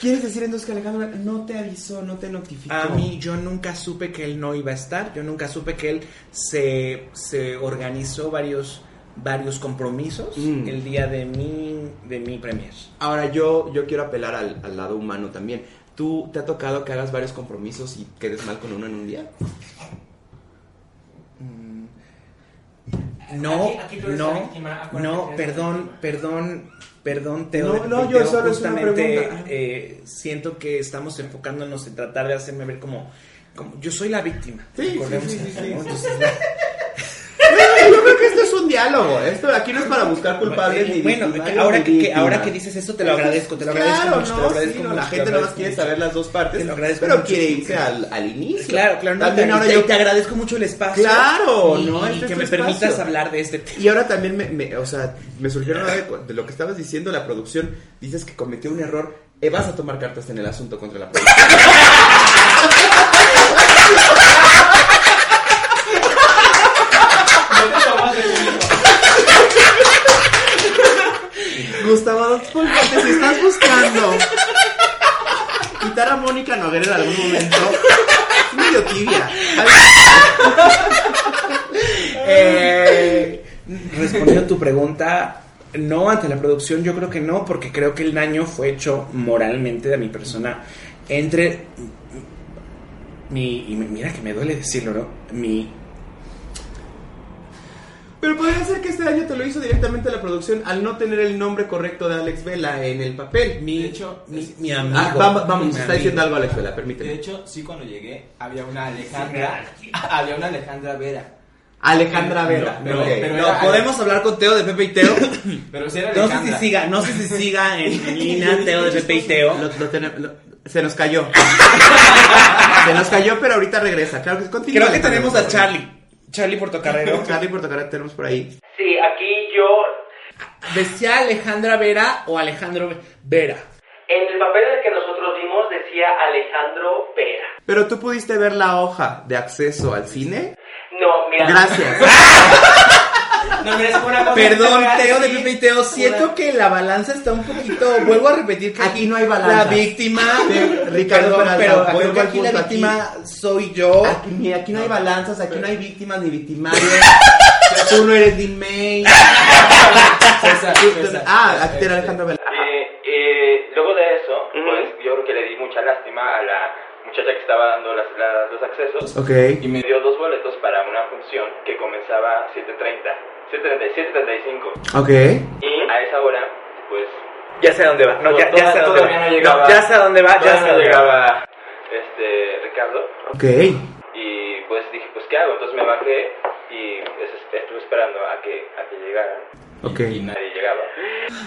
[SPEAKER 2] ¿Quieres decir entonces que Alejandro no te avisó, no te notificó?
[SPEAKER 1] A mí yo nunca supe que él no iba a estar, yo nunca supe que él se, se organizó varios varios compromisos
[SPEAKER 2] Mm.
[SPEAKER 1] el día de mi de mi premier.
[SPEAKER 2] Ahora yo, yo quiero apelar al, al lado humano también. ¿Tú te ha tocado que hagas varios compromisos y quedes mal con uno en un día?
[SPEAKER 1] No,
[SPEAKER 3] Aquí- aquí tú eres
[SPEAKER 1] no,
[SPEAKER 3] la víctima, acuérdate que
[SPEAKER 1] no,
[SPEAKER 3] eres la
[SPEAKER 1] perdón,
[SPEAKER 3] víctima.
[SPEAKER 1] perdón, perdón, Teo.
[SPEAKER 2] No,
[SPEAKER 1] de-
[SPEAKER 2] no,
[SPEAKER 1] de-
[SPEAKER 2] yo
[SPEAKER 1] Teo,
[SPEAKER 2] solo es una
[SPEAKER 1] justamente,
[SPEAKER 2] pregunta. Ah.
[SPEAKER 1] eh, siento que estamos enfocándonos en tratar de hacerme ver como, como yo soy la víctima.
[SPEAKER 2] Sí,
[SPEAKER 1] Recordemos
[SPEAKER 2] sí, sí,
[SPEAKER 1] eso,
[SPEAKER 2] sí, sí,
[SPEAKER 1] ¿no?
[SPEAKER 2] sí.
[SPEAKER 1] Entonces,
[SPEAKER 2] Bueno, yo creo que esto es un diálogo. Esto aquí no es para buscar culpables ni
[SPEAKER 1] bueno,
[SPEAKER 2] victimarios
[SPEAKER 1] que ahora
[SPEAKER 2] ni
[SPEAKER 1] que, que ahora
[SPEAKER 2] víctimas.
[SPEAKER 1] que dices eso te lo agradezco, te lo
[SPEAKER 2] Claro,
[SPEAKER 1] agradezco mucho, te lo
[SPEAKER 2] no,
[SPEAKER 1] agradezco
[SPEAKER 2] sí, no,
[SPEAKER 1] mucho,
[SPEAKER 2] la
[SPEAKER 1] te lo
[SPEAKER 2] gente nada más
[SPEAKER 1] agradezco
[SPEAKER 2] quiere
[SPEAKER 1] mucho.
[SPEAKER 2] saber las dos partes,
[SPEAKER 1] Te lo agradezco
[SPEAKER 2] pero
[SPEAKER 1] mucho.
[SPEAKER 2] quiere irse al, al inicio.
[SPEAKER 1] Claro, claro, no,
[SPEAKER 2] También
[SPEAKER 1] te,
[SPEAKER 2] ahora
[SPEAKER 1] y
[SPEAKER 2] yo
[SPEAKER 1] te agradezco mucho el espacio.
[SPEAKER 2] Claro,
[SPEAKER 1] y,
[SPEAKER 2] no,
[SPEAKER 1] y
[SPEAKER 2] este es
[SPEAKER 1] que
[SPEAKER 2] tu
[SPEAKER 1] me permitas
[SPEAKER 2] espacio.
[SPEAKER 1] hablar de este tema.
[SPEAKER 2] Y ahora también me, me- o sea, me surgió una de, de lo que estabas diciendo la producción. Dices que cometió un error. Eh, vas a tomar cartas en el asunto contra la producción. Gustavo Adolfo Infante, si estás buscando quitar a Mónica Noguera en algún momento, es medio tibia.
[SPEAKER 1] Eh, respondiendo a tu pregunta, no ante la producción, yo creo que no, porque creo que el daño fue hecho moralmente de mi persona. Entre mi. Y mira que me duele decirlo, ¿no? Mi.
[SPEAKER 2] Pero podría ser que este año te lo hizo directamente la producción al no tener el nombre correcto de Alex Vela en el papel.
[SPEAKER 1] Mi, mi, mi amigo.
[SPEAKER 2] Ah, vamos, vamos,
[SPEAKER 1] mi
[SPEAKER 2] está
[SPEAKER 1] amigo. Eh,
[SPEAKER 2] diciendo algo Alex Vela,
[SPEAKER 5] De
[SPEAKER 2] permíteme.
[SPEAKER 5] hecho, sí, cuando llegué había una Alejandra, había una Alejandra Vera.
[SPEAKER 2] Alejandra Vera.
[SPEAKER 5] No, pero-
[SPEAKER 2] ok.
[SPEAKER 5] pero-
[SPEAKER 1] No, podemos hablar con Teo de Pepe y Teo.
[SPEAKER 5] Pero sí era
[SPEAKER 1] No sé si
[SPEAKER 5] Alejandra.
[SPEAKER 1] siga, no sé si siga en, en línea Teo de Pepe y Teo.
[SPEAKER 2] Lo- lo tenemos- lo- se nos cayó. se nos cayó, pero ahorita regresa. Claro que
[SPEAKER 1] Creo
[SPEAKER 2] continúa.
[SPEAKER 1] que
[SPEAKER 2] Alejandra,
[SPEAKER 1] tenemos
[SPEAKER 2] por
[SPEAKER 1] a
[SPEAKER 2] favor.
[SPEAKER 1] Charlie. Charlie Portocarrero.
[SPEAKER 2] Charlie Portocarrero tenemos por ahí.
[SPEAKER 4] Sí, aquí yo,
[SPEAKER 1] ¿Decía Alejandra Vera o Alejandro Vera?
[SPEAKER 4] en el papel del que nosotros vimos decía Alejandro Vera.
[SPEAKER 2] Pero tú pudiste ver la hoja de acceso al cine.
[SPEAKER 4] No, mira.
[SPEAKER 2] Gracias.
[SPEAKER 3] No, mira, es una cosa.
[SPEAKER 1] Perdón,
[SPEAKER 3] Ahora
[SPEAKER 1] Teo de
[SPEAKER 3] sí,
[SPEAKER 1] Pepe y Teo, siento
[SPEAKER 3] una-
[SPEAKER 1] que la balanza está un poquito. Vuelvo a repetir que
[SPEAKER 2] Aquí no hay
[SPEAKER 1] La
[SPEAKER 2] balanza.
[SPEAKER 1] víctima.
[SPEAKER 2] Sí, Ricardo
[SPEAKER 1] perdón,
[SPEAKER 2] Peralta,
[SPEAKER 1] pero creo
[SPEAKER 2] vuelvo
[SPEAKER 1] que
[SPEAKER 2] al
[SPEAKER 1] aquí la
[SPEAKER 2] punto, aquí-
[SPEAKER 1] víctima soy yo.
[SPEAKER 2] Aquí, ni- aquí no hay balanzas, aquí no hay víctimas ni victimarios. tú no eres ni May.
[SPEAKER 5] César, César.
[SPEAKER 2] Ah, aquí era Alejandra Vela.
[SPEAKER 4] Eh, eh, luego de eso, pues yo creo que le di mucha lástima a la muchacha que estaba dando las- las- los accesos
[SPEAKER 2] Ok.
[SPEAKER 4] y me dio dos boletos para una función que comenzaba a 7.30, 7.37, 7.35
[SPEAKER 2] Ok.
[SPEAKER 4] y a esa hora, pues...
[SPEAKER 1] Ya sé a dónde va. No, ya,
[SPEAKER 4] todavía-
[SPEAKER 1] ya sé a dónde
[SPEAKER 4] todavía
[SPEAKER 1] va.
[SPEAKER 4] no llegaba.
[SPEAKER 1] No, ya sé a dónde va. Ya sé
[SPEAKER 4] todavía
[SPEAKER 1] a
[SPEAKER 4] no
[SPEAKER 1] dónde va.
[SPEAKER 4] llegaba este, Ricardo
[SPEAKER 2] Ok.
[SPEAKER 4] y pues dije, pues ¿qué hago? Entonces me bajé y pues, est- estuve esperando a que, a que llegara
[SPEAKER 2] Ok.
[SPEAKER 4] y nadie llegaba.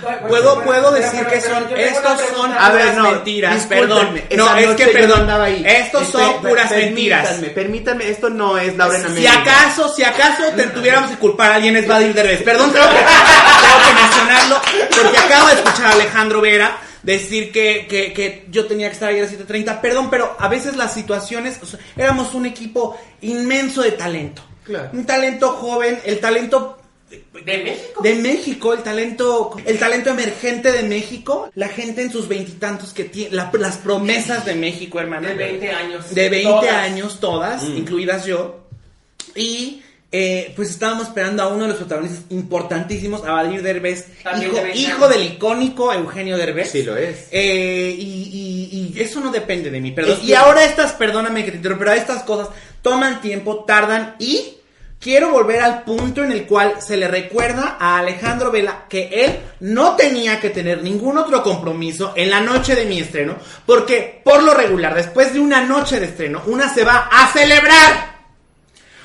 [SPEAKER 3] Bueno,
[SPEAKER 1] Puedo,
[SPEAKER 3] bueno,
[SPEAKER 1] puedo
[SPEAKER 3] espera,
[SPEAKER 1] decir
[SPEAKER 3] espera,
[SPEAKER 1] que
[SPEAKER 3] espera,
[SPEAKER 1] son,
[SPEAKER 3] yo tengo
[SPEAKER 1] estos
[SPEAKER 3] una
[SPEAKER 1] son
[SPEAKER 3] pregunta.
[SPEAKER 2] A ver,
[SPEAKER 1] puras
[SPEAKER 2] no,
[SPEAKER 1] mentiras, perdón.
[SPEAKER 2] discúlpenme,
[SPEAKER 1] No,
[SPEAKER 2] esa
[SPEAKER 1] es que
[SPEAKER 2] noche yo
[SPEAKER 1] perdón,
[SPEAKER 2] andaba ahí.
[SPEAKER 1] estos
[SPEAKER 2] Este,
[SPEAKER 1] son
[SPEAKER 2] pe-
[SPEAKER 1] puras
[SPEAKER 2] permítanme,
[SPEAKER 1] mentiras.
[SPEAKER 2] Permítanme, esto no es Laura en
[SPEAKER 1] Si
[SPEAKER 2] América.
[SPEAKER 1] acaso, si acaso te tuviéramos que culpar a alguien es Vadir Derbez. Perdón, tengo que, tengo que mencionarlo porque acabo de escuchar a Alejandro Vera decir que, que- que yo tenía que estar ahí a las 7.30. Perdón, pero a veces las situaciones, o sea, éramos un equipo inmenso de talento.
[SPEAKER 2] Claro.
[SPEAKER 1] Un talento joven, el talento
[SPEAKER 3] ¿De México?
[SPEAKER 1] de México, el talento, el talento emergente de México, la gente en sus veintitantos que tiene, la- las promesas de México, hermana.
[SPEAKER 3] De 20 años.
[SPEAKER 1] De 20
[SPEAKER 3] Todas.
[SPEAKER 1] años, todas,
[SPEAKER 2] Mm.
[SPEAKER 1] incluidas yo. Y eh, pues estábamos esperando a uno de los protagonistas importantísimos, a Badir Derbez,
[SPEAKER 3] También
[SPEAKER 1] hijo,
[SPEAKER 3] de 20
[SPEAKER 1] hijo
[SPEAKER 3] años.
[SPEAKER 1] del icónico Eugenio Derbez.
[SPEAKER 2] Sí lo es.
[SPEAKER 1] Eh, y, y- y eso no depende de mí, perdón.
[SPEAKER 2] Es
[SPEAKER 1] Y
[SPEAKER 2] que-
[SPEAKER 1] ahora estas, perdóname que te interrumpa, pero estas cosas toman tiempo, tardan y Quiero volver al punto en el cual se le recuerda a Alejandro Vela que él no tenía que tener ningún otro compromiso en la noche de mi estreno, porque por lo regular, después de una noche de estreno, una se va a celebrar.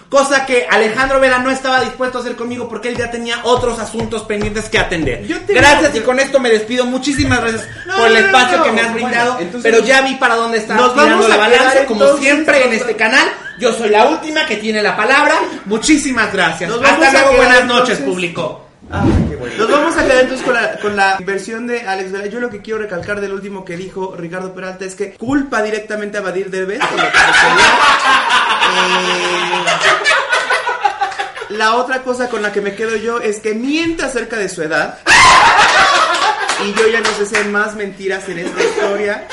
[SPEAKER 1] Cosa que Alejandro Vela no estaba dispuesto a hacer conmigo porque él ya tenía otros asuntos pendientes que atender.
[SPEAKER 5] Yo te-
[SPEAKER 1] Gracias y con esto me despido. Muchísimas gracias
[SPEAKER 5] No,
[SPEAKER 1] por el
[SPEAKER 5] no, no,
[SPEAKER 1] espacio
[SPEAKER 5] no.
[SPEAKER 1] que me has
[SPEAKER 5] Bueno,
[SPEAKER 1] brindado.
[SPEAKER 5] entonces-
[SPEAKER 1] pero ya vi para dónde está
[SPEAKER 5] Nos
[SPEAKER 1] tirando
[SPEAKER 5] vamos
[SPEAKER 1] la
[SPEAKER 5] a quedar
[SPEAKER 1] balanza, como
[SPEAKER 5] entonces-
[SPEAKER 1] siempre en este canal. Yo soy la última que tiene la palabra. Muchísimas gracias.
[SPEAKER 2] Nos vamos
[SPEAKER 1] Hasta
[SPEAKER 2] a
[SPEAKER 1] luego,
[SPEAKER 2] quedar
[SPEAKER 1] buenas noches,
[SPEAKER 2] entonces-
[SPEAKER 1] público.
[SPEAKER 2] Nos vamos a quedar entonces con la, con la versión de Alex Vela. Yo lo que quiero recalcar del último que dijo Ricardo Peralta es que culpa directamente a Badir Derbez de lo que sucedió. Eh, la otra cosa con la que me quedo yo es que miente acerca de su edad. Y yo ya no sé si hay más mentiras en esta historia.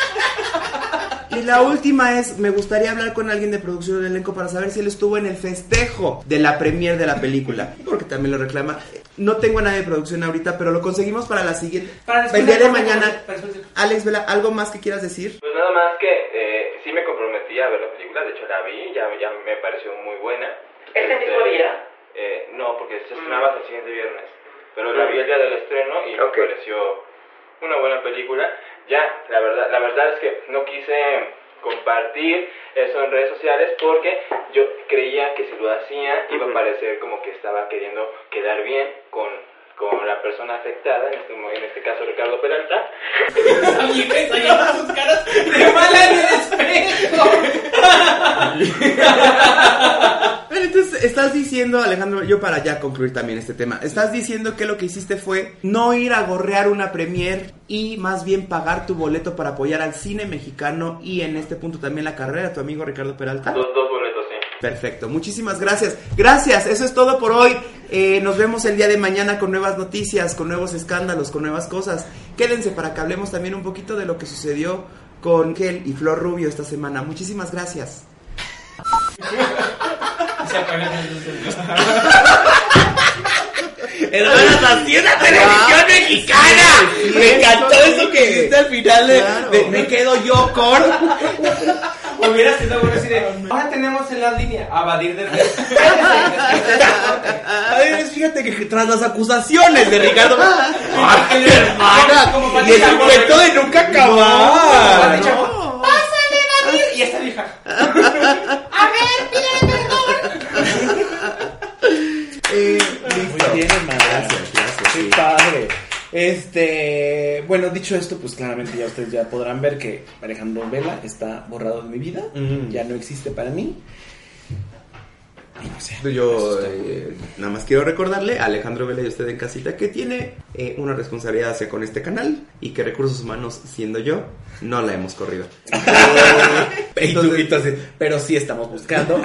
[SPEAKER 2] Y la última es, me gustaría hablar con alguien de producción del elenco para saber si él estuvo en el festejo de la premier de la película, porque también lo reclama. No tengo nada de producción ahorita, pero lo conseguimos para la siguiente.
[SPEAKER 3] Para después
[SPEAKER 2] el día
[SPEAKER 3] del
[SPEAKER 2] de
[SPEAKER 3] corte,
[SPEAKER 2] mañana.
[SPEAKER 3] para después del-
[SPEAKER 2] Alex Vela, ¿algo más que quieras decir?
[SPEAKER 4] Pues nada más que eh, sí me comprometí a ver la película, de hecho la vi, ya, ya me pareció muy buena.
[SPEAKER 3] ¿Este mismo día? Mm.
[SPEAKER 4] Eh, no, porque se estrenaba el siguiente viernes, pero la vi el día del estreno y
[SPEAKER 2] Ok.
[SPEAKER 4] me pareció una buena película. Ya, la verdad, la verdad es que no quise compartir eso en redes sociales porque yo creía que si lo hacía iba a parecer como que estaba queriendo quedar bien con, con la persona afectada, en este, mo- en este caso Ricardo Peralta.
[SPEAKER 3] Oye, ves, ahí están sus caras de mala en el espejo.
[SPEAKER 2] Bueno, entonces estás diciendo, Alejandro, yo para ya concluir también este tema, estás diciendo que lo que hiciste fue no ir a gorrear una premier y más bien pagar tu boleto para apoyar al cine mexicano y en este punto también la carrera de tu amigo Ricardo Peralta.
[SPEAKER 4] Dos, dos boletos, sí.
[SPEAKER 2] Perfecto, muchísimas gracias. Gracias, eso es todo por hoy. Eh, nos vemos el día de mañana con nuevas noticias, con nuevos escándalos, con nuevas cosas. Quédense para que hablemos también un poquito de lo que sucedió con Gel y Flor Rubio esta semana. Muchísimas gracias.
[SPEAKER 3] Se apagan las luces.
[SPEAKER 1] Hermanas, así es la
[SPEAKER 2] Ah,
[SPEAKER 1] televisión mexicana. Me encantó eso que dijiste al final. de-
[SPEAKER 2] Claro.
[SPEAKER 1] de- me quedo yo con.
[SPEAKER 5] Hubiera sido bueno así de. Ahora tenemos en la línea a Badir Derbez.
[SPEAKER 1] A ver, fíjate que tras las acusaciones de Ricardo. ¡Ay,
[SPEAKER 5] Como
[SPEAKER 1] hermana! Y
[SPEAKER 5] Patricia
[SPEAKER 1] el cuento de nunca acabar.
[SPEAKER 5] Patricia Chacón.
[SPEAKER 6] ¡Pásale, David!
[SPEAKER 5] Y esta vieja.
[SPEAKER 6] A ver, pide perdón.
[SPEAKER 2] Eh, listo.
[SPEAKER 1] Muy bien, hermana. Gracias, gracias. Qué padre. Este, bueno, dicho esto, pues claramente ya ustedes ya podrán ver que Alejandro Vela está borrado de mi vida,
[SPEAKER 5] Mm.
[SPEAKER 1] ya no existe para mí. Y no sé.
[SPEAKER 2] Yo eh, nada más quiero recordarle a Alejandro Vela y a usted en casita que tiene eh, una responsabilidad hacia con este canal y que recursos humanos, siendo yo, no la hemos corrido.
[SPEAKER 1] Y tú, y tú así, pero sí estamos buscando.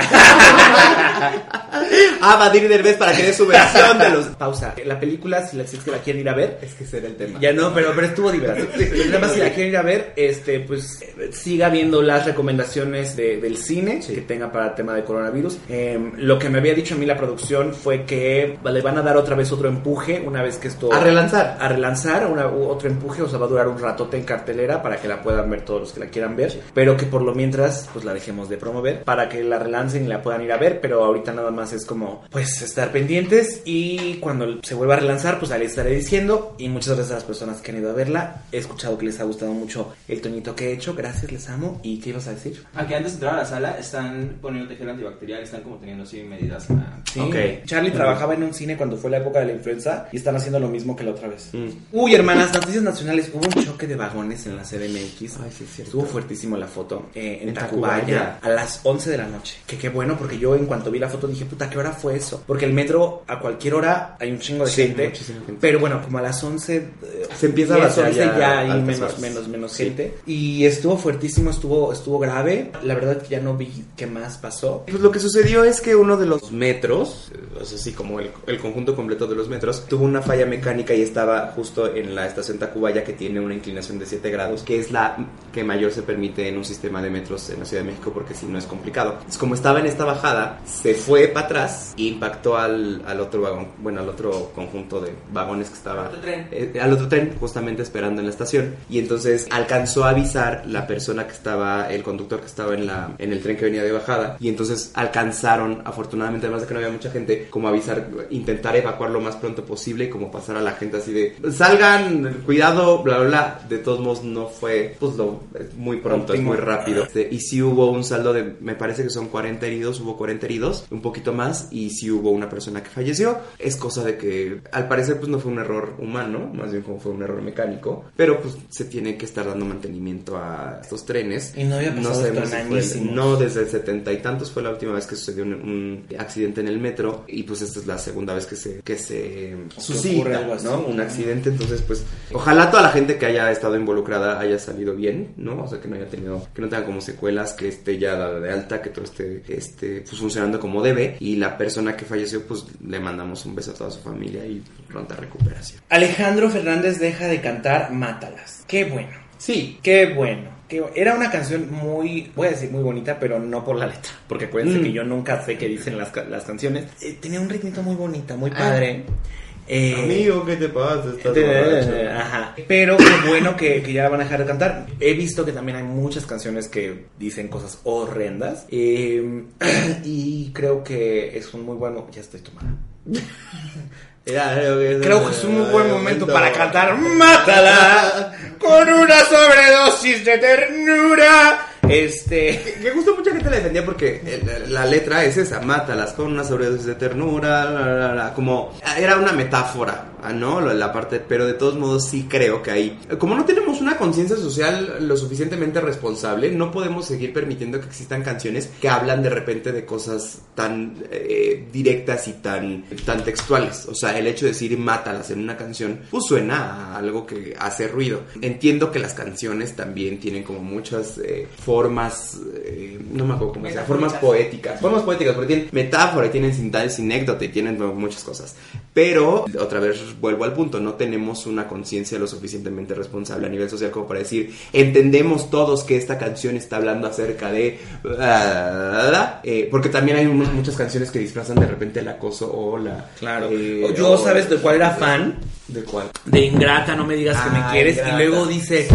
[SPEAKER 2] A Badir Ah, Derbez para que dé su versión de los...
[SPEAKER 1] Pausa. La película, si la, si es que la quieren ir a ver,
[SPEAKER 2] Es que ese era el tema.
[SPEAKER 1] Ya no, pero, pero estuvo divertido.
[SPEAKER 2] Sí.
[SPEAKER 1] Nada más si la quieren ir a ver, este, pues eh, siga viendo las recomendaciones de- del cine que tenga para el tema de coronavirus. Em, lo que me había dicho a mí la producción fue que le van a dar otra vez otro empuje una vez que esto
[SPEAKER 2] A relanzar.
[SPEAKER 1] a relanzar una- u- otro empuje, o sea, va a durar un ratote en cartelera para que la puedan ver todos los que la quieran ver, pero que por lo mientras pues la dejemos de promover para que la relancen y la puedan ir a ver, pero ahorita nada más es como pues estar pendientes y cuando se vuelva a relanzar pues ahí les estaré diciendo y muchas gracias a las personas que han ido a verla, he escuchado que les ha gustado mucho el toñito que he hecho, gracias, les amo y ¿qué ibas a decir?
[SPEAKER 5] Aquí antes de entrar a la sala están poniendo gel antibacterial, están como teniendo así medidas. ah,
[SPEAKER 1] Sí.
[SPEAKER 2] Ok.
[SPEAKER 1] Charlie trabajaba en un cine cuando fue la época de la influenza y están haciendo lo mismo que la otra vez.
[SPEAKER 2] Mm.
[SPEAKER 1] Uy, hermanas, noticias nacionales. Hubo un choque de vagones en la CDMX.
[SPEAKER 2] Ay, sí, es cierto.
[SPEAKER 1] Estuvo fuertísimo la foto eh, en,
[SPEAKER 2] En
[SPEAKER 1] Tacubaya,
[SPEAKER 2] Tacubaya.
[SPEAKER 1] a las 11 de la noche. Que qué bueno, porque yo en cuanto vi la foto dije, puta, ¿qué hora fue eso? Porque el metro a cualquier hora hay un chingo de
[SPEAKER 2] Ah, Sí,
[SPEAKER 1] gente,
[SPEAKER 2] muchísima gente.
[SPEAKER 1] Pero bueno, como a las 11... eh,
[SPEAKER 2] Se empieza a
[SPEAKER 1] 10,
[SPEAKER 2] vaciar
[SPEAKER 1] 11
[SPEAKER 2] ya
[SPEAKER 1] ya hay
[SPEAKER 2] altas
[SPEAKER 1] menos,
[SPEAKER 2] horas.
[SPEAKER 1] menos, menos
[SPEAKER 2] Sí.
[SPEAKER 1] gente. Y estuvo fuertísimo, estuvo, estuvo grave. La verdad que ya no vi qué más pasó.
[SPEAKER 2] Pues lo que sucedió es que uno de los metros, eh, o sea, sí, como el, el conjunto completo de los metros, tuvo una falla mecánica y estaba justo en la estación Tacubaya que tiene una inclinación de 7 grados, que es la que mayor se permite en un sistema de metros en la Ciudad de México porque si no es complicado. Entonces, como estaba en esta bajada, se fue para atrás atrás y impactó al, al otro vagón, bueno, al otro conjunto de vagones que estaba...
[SPEAKER 5] Al otro tren.
[SPEAKER 2] eh, al otro tren, justamente esperando en la estación. Y entonces alcanzó a avisar la persona que estaba, el conductor que estaba en, la, en el tren que venía de bajada. Y entonces alcanzaron, afortunadamente, además de que no había mucha gente, como avisar, intentar evacuar lo más pronto posible y como pasar a la gente así de, salgan, cuidado, bla, bla, bla. De todos modos no fue, pues lo, es muy pronto, es muy rápido. Este, y sí hubo un saldo de, me parece que son 40 heridos, hubo 40 heridos, un poquito más, y sí hubo una persona que falleció. Es cosa de que, al parecer, pues no fue un error humano, más bien como fue un error mecánico, pero pues se tiene que estar dando mantenimiento a estos trenes.
[SPEAKER 1] Y no había pasado
[SPEAKER 2] sabemos
[SPEAKER 1] esto en
[SPEAKER 2] si fue-
[SPEAKER 1] añísimos.
[SPEAKER 2] No, desde el setenta y tantos fue la última vez que sucedió un, un accidente en el metro, y pues esta es la segunda vez que se, que se suscita,
[SPEAKER 1] algo así.
[SPEAKER 2] ¿no? Un accidente, entonces pues ojalá toda la gente que haya estado involucrada haya salido bien, ¿no? O sea, que no haya tenido, que no tenga como secuelas, que esté ya dada de alta, que todo esté, este, pues funcionando como debe y la persona que falleció pues le mandamos un beso a toda su familia y pronta recuperación.
[SPEAKER 1] Alejandro Fernández deja de cantar Mátalas. Qué bueno,
[SPEAKER 2] Sí,
[SPEAKER 1] qué bueno. qué bu- Era una canción muy, voy a decir muy bonita, pero no por la letra. Porque acuérdense
[SPEAKER 2] Mm.
[SPEAKER 1] que yo nunca sé qué dicen las, ca- las canciones. Eh, tenía un ritmito muy bonito, muy padre. Eh,
[SPEAKER 2] Ah. amigo, ¿qué te pasa? Estás
[SPEAKER 1] Este,
[SPEAKER 2] borracho.
[SPEAKER 1] Ajá. Pero qué bueno que, que ya la van a dejar de cantar. He visto que también hay muchas canciones que dicen cosas horrendas. eh, y creo que es un muy bueno. Ya estoy tomada. Creo que es un muy buen momento para cantar Mátala con una sobredosis de ternura. Este.
[SPEAKER 2] Me gustó mucha gente la defendía porque eh, la, la letra es esa, mátalas con una sobredosis de ternura, la, la, la, como ah, era una metáfora, ah, ¿no? Lo de La parte, pero de todos modos sí creo que ahí, como no tenemos una conciencia social lo suficientemente responsable, no podemos seguir permitiendo que existan canciones que hablan de repente de cosas tan eh, directas y tan, tan textuales. O sea, el hecho de decir mátalas en una canción, pues suena a algo que hace ruido. Entiendo que las canciones también tienen como muchas eh, formas, eh, no me acuerdo cómo se llama, formas poéticas. Formas poéticas, porque tienen metáfora, y tienen sin- sinécdota y tienen bueno, muchas cosas. Pero, otra vez vuelvo al punto, no tenemos una conciencia lo suficientemente responsable a nivel social como para decir, entendemos todos que esta canción está hablando acerca de... eh, porque también hay mu- muchas canciones que disfrazan de repente el acoso o la...
[SPEAKER 1] Claro.
[SPEAKER 2] eh,
[SPEAKER 1] Yo,
[SPEAKER 2] o-
[SPEAKER 1] ¿sabes de cuál era fan?
[SPEAKER 2] ¿De cuál?
[SPEAKER 1] de ingrata, no me digas que me
[SPEAKER 2] Ah,
[SPEAKER 1] quieres.
[SPEAKER 2] ingrata.
[SPEAKER 1] Y luego dice,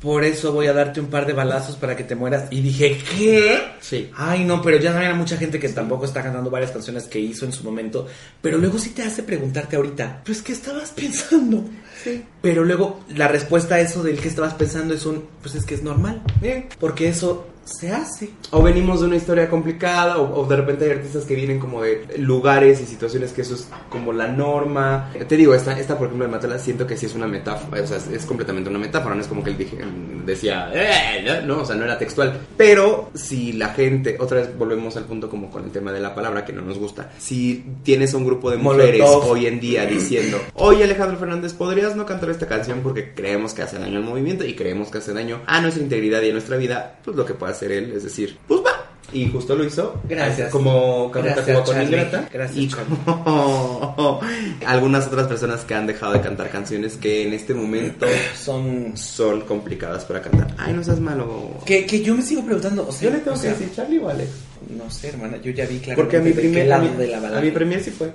[SPEAKER 1] por eso voy a darte un par de balazos para que te mueras. Y dije, ¿qué?
[SPEAKER 2] Sí.
[SPEAKER 1] Ay, no, pero ya también hay mucha gente que tampoco está cantando varias canciones que hizo en su momento. Pero luego sí te hace preguntarte ahorita, pues, ¿qué estabas pensando? Sí. Pero luego la respuesta a eso del que estabas pensando es un, pues es que es normal.
[SPEAKER 2] Eh,
[SPEAKER 1] Porque eso se hace.
[SPEAKER 2] o venimos de una historia complicada, o, o de repente hay artistas que vienen como de lugares y situaciones que eso es como la norma. Te digo, esta, esta por ejemplo de Matala siento que sí es una metáfora, o sea, es, es completamente una metáfora, no es como que él dije- decía, "Eh", ¿no? no, o sea, no era textual. Pero si la gente, otra vez volvemos al punto como con el tema de la palabra que no nos gusta, si tienes a un grupo de mujeres
[SPEAKER 1] Molotov.
[SPEAKER 2] hoy en día diciendo, oye Alejandro Fernández, ¿podrías no cantar esta canción porque creemos que hace daño al movimiento y creemos que hace daño a nuestra integridad y a nuestra vida? Pues lo que puede hacer él es decir, pues va. Y justo lo hizo.
[SPEAKER 1] Gracias.
[SPEAKER 2] Como Café
[SPEAKER 1] Gracias,
[SPEAKER 2] Tacuba con
[SPEAKER 1] Charlie.
[SPEAKER 2] Ingrata.
[SPEAKER 1] Gracias,
[SPEAKER 2] Y
[SPEAKER 1] Charlie.
[SPEAKER 2] como algunas otras personas que han dejado de cantar canciones que en este momento
[SPEAKER 1] Son...
[SPEAKER 2] son complicadas para cantar. Ay, no seas malo.
[SPEAKER 1] Que, que yo me sigo preguntando, o sea,
[SPEAKER 2] Yo le tengo
[SPEAKER 1] o
[SPEAKER 2] que
[SPEAKER 1] sea,
[SPEAKER 2] decir Charlie o Alex.
[SPEAKER 1] No sé, hermana, yo ya vi claramente
[SPEAKER 2] Porque a mi
[SPEAKER 1] de qué
[SPEAKER 2] primer, a
[SPEAKER 1] lado
[SPEAKER 2] mi,
[SPEAKER 1] de la balanza.
[SPEAKER 2] a mi premier sí fue.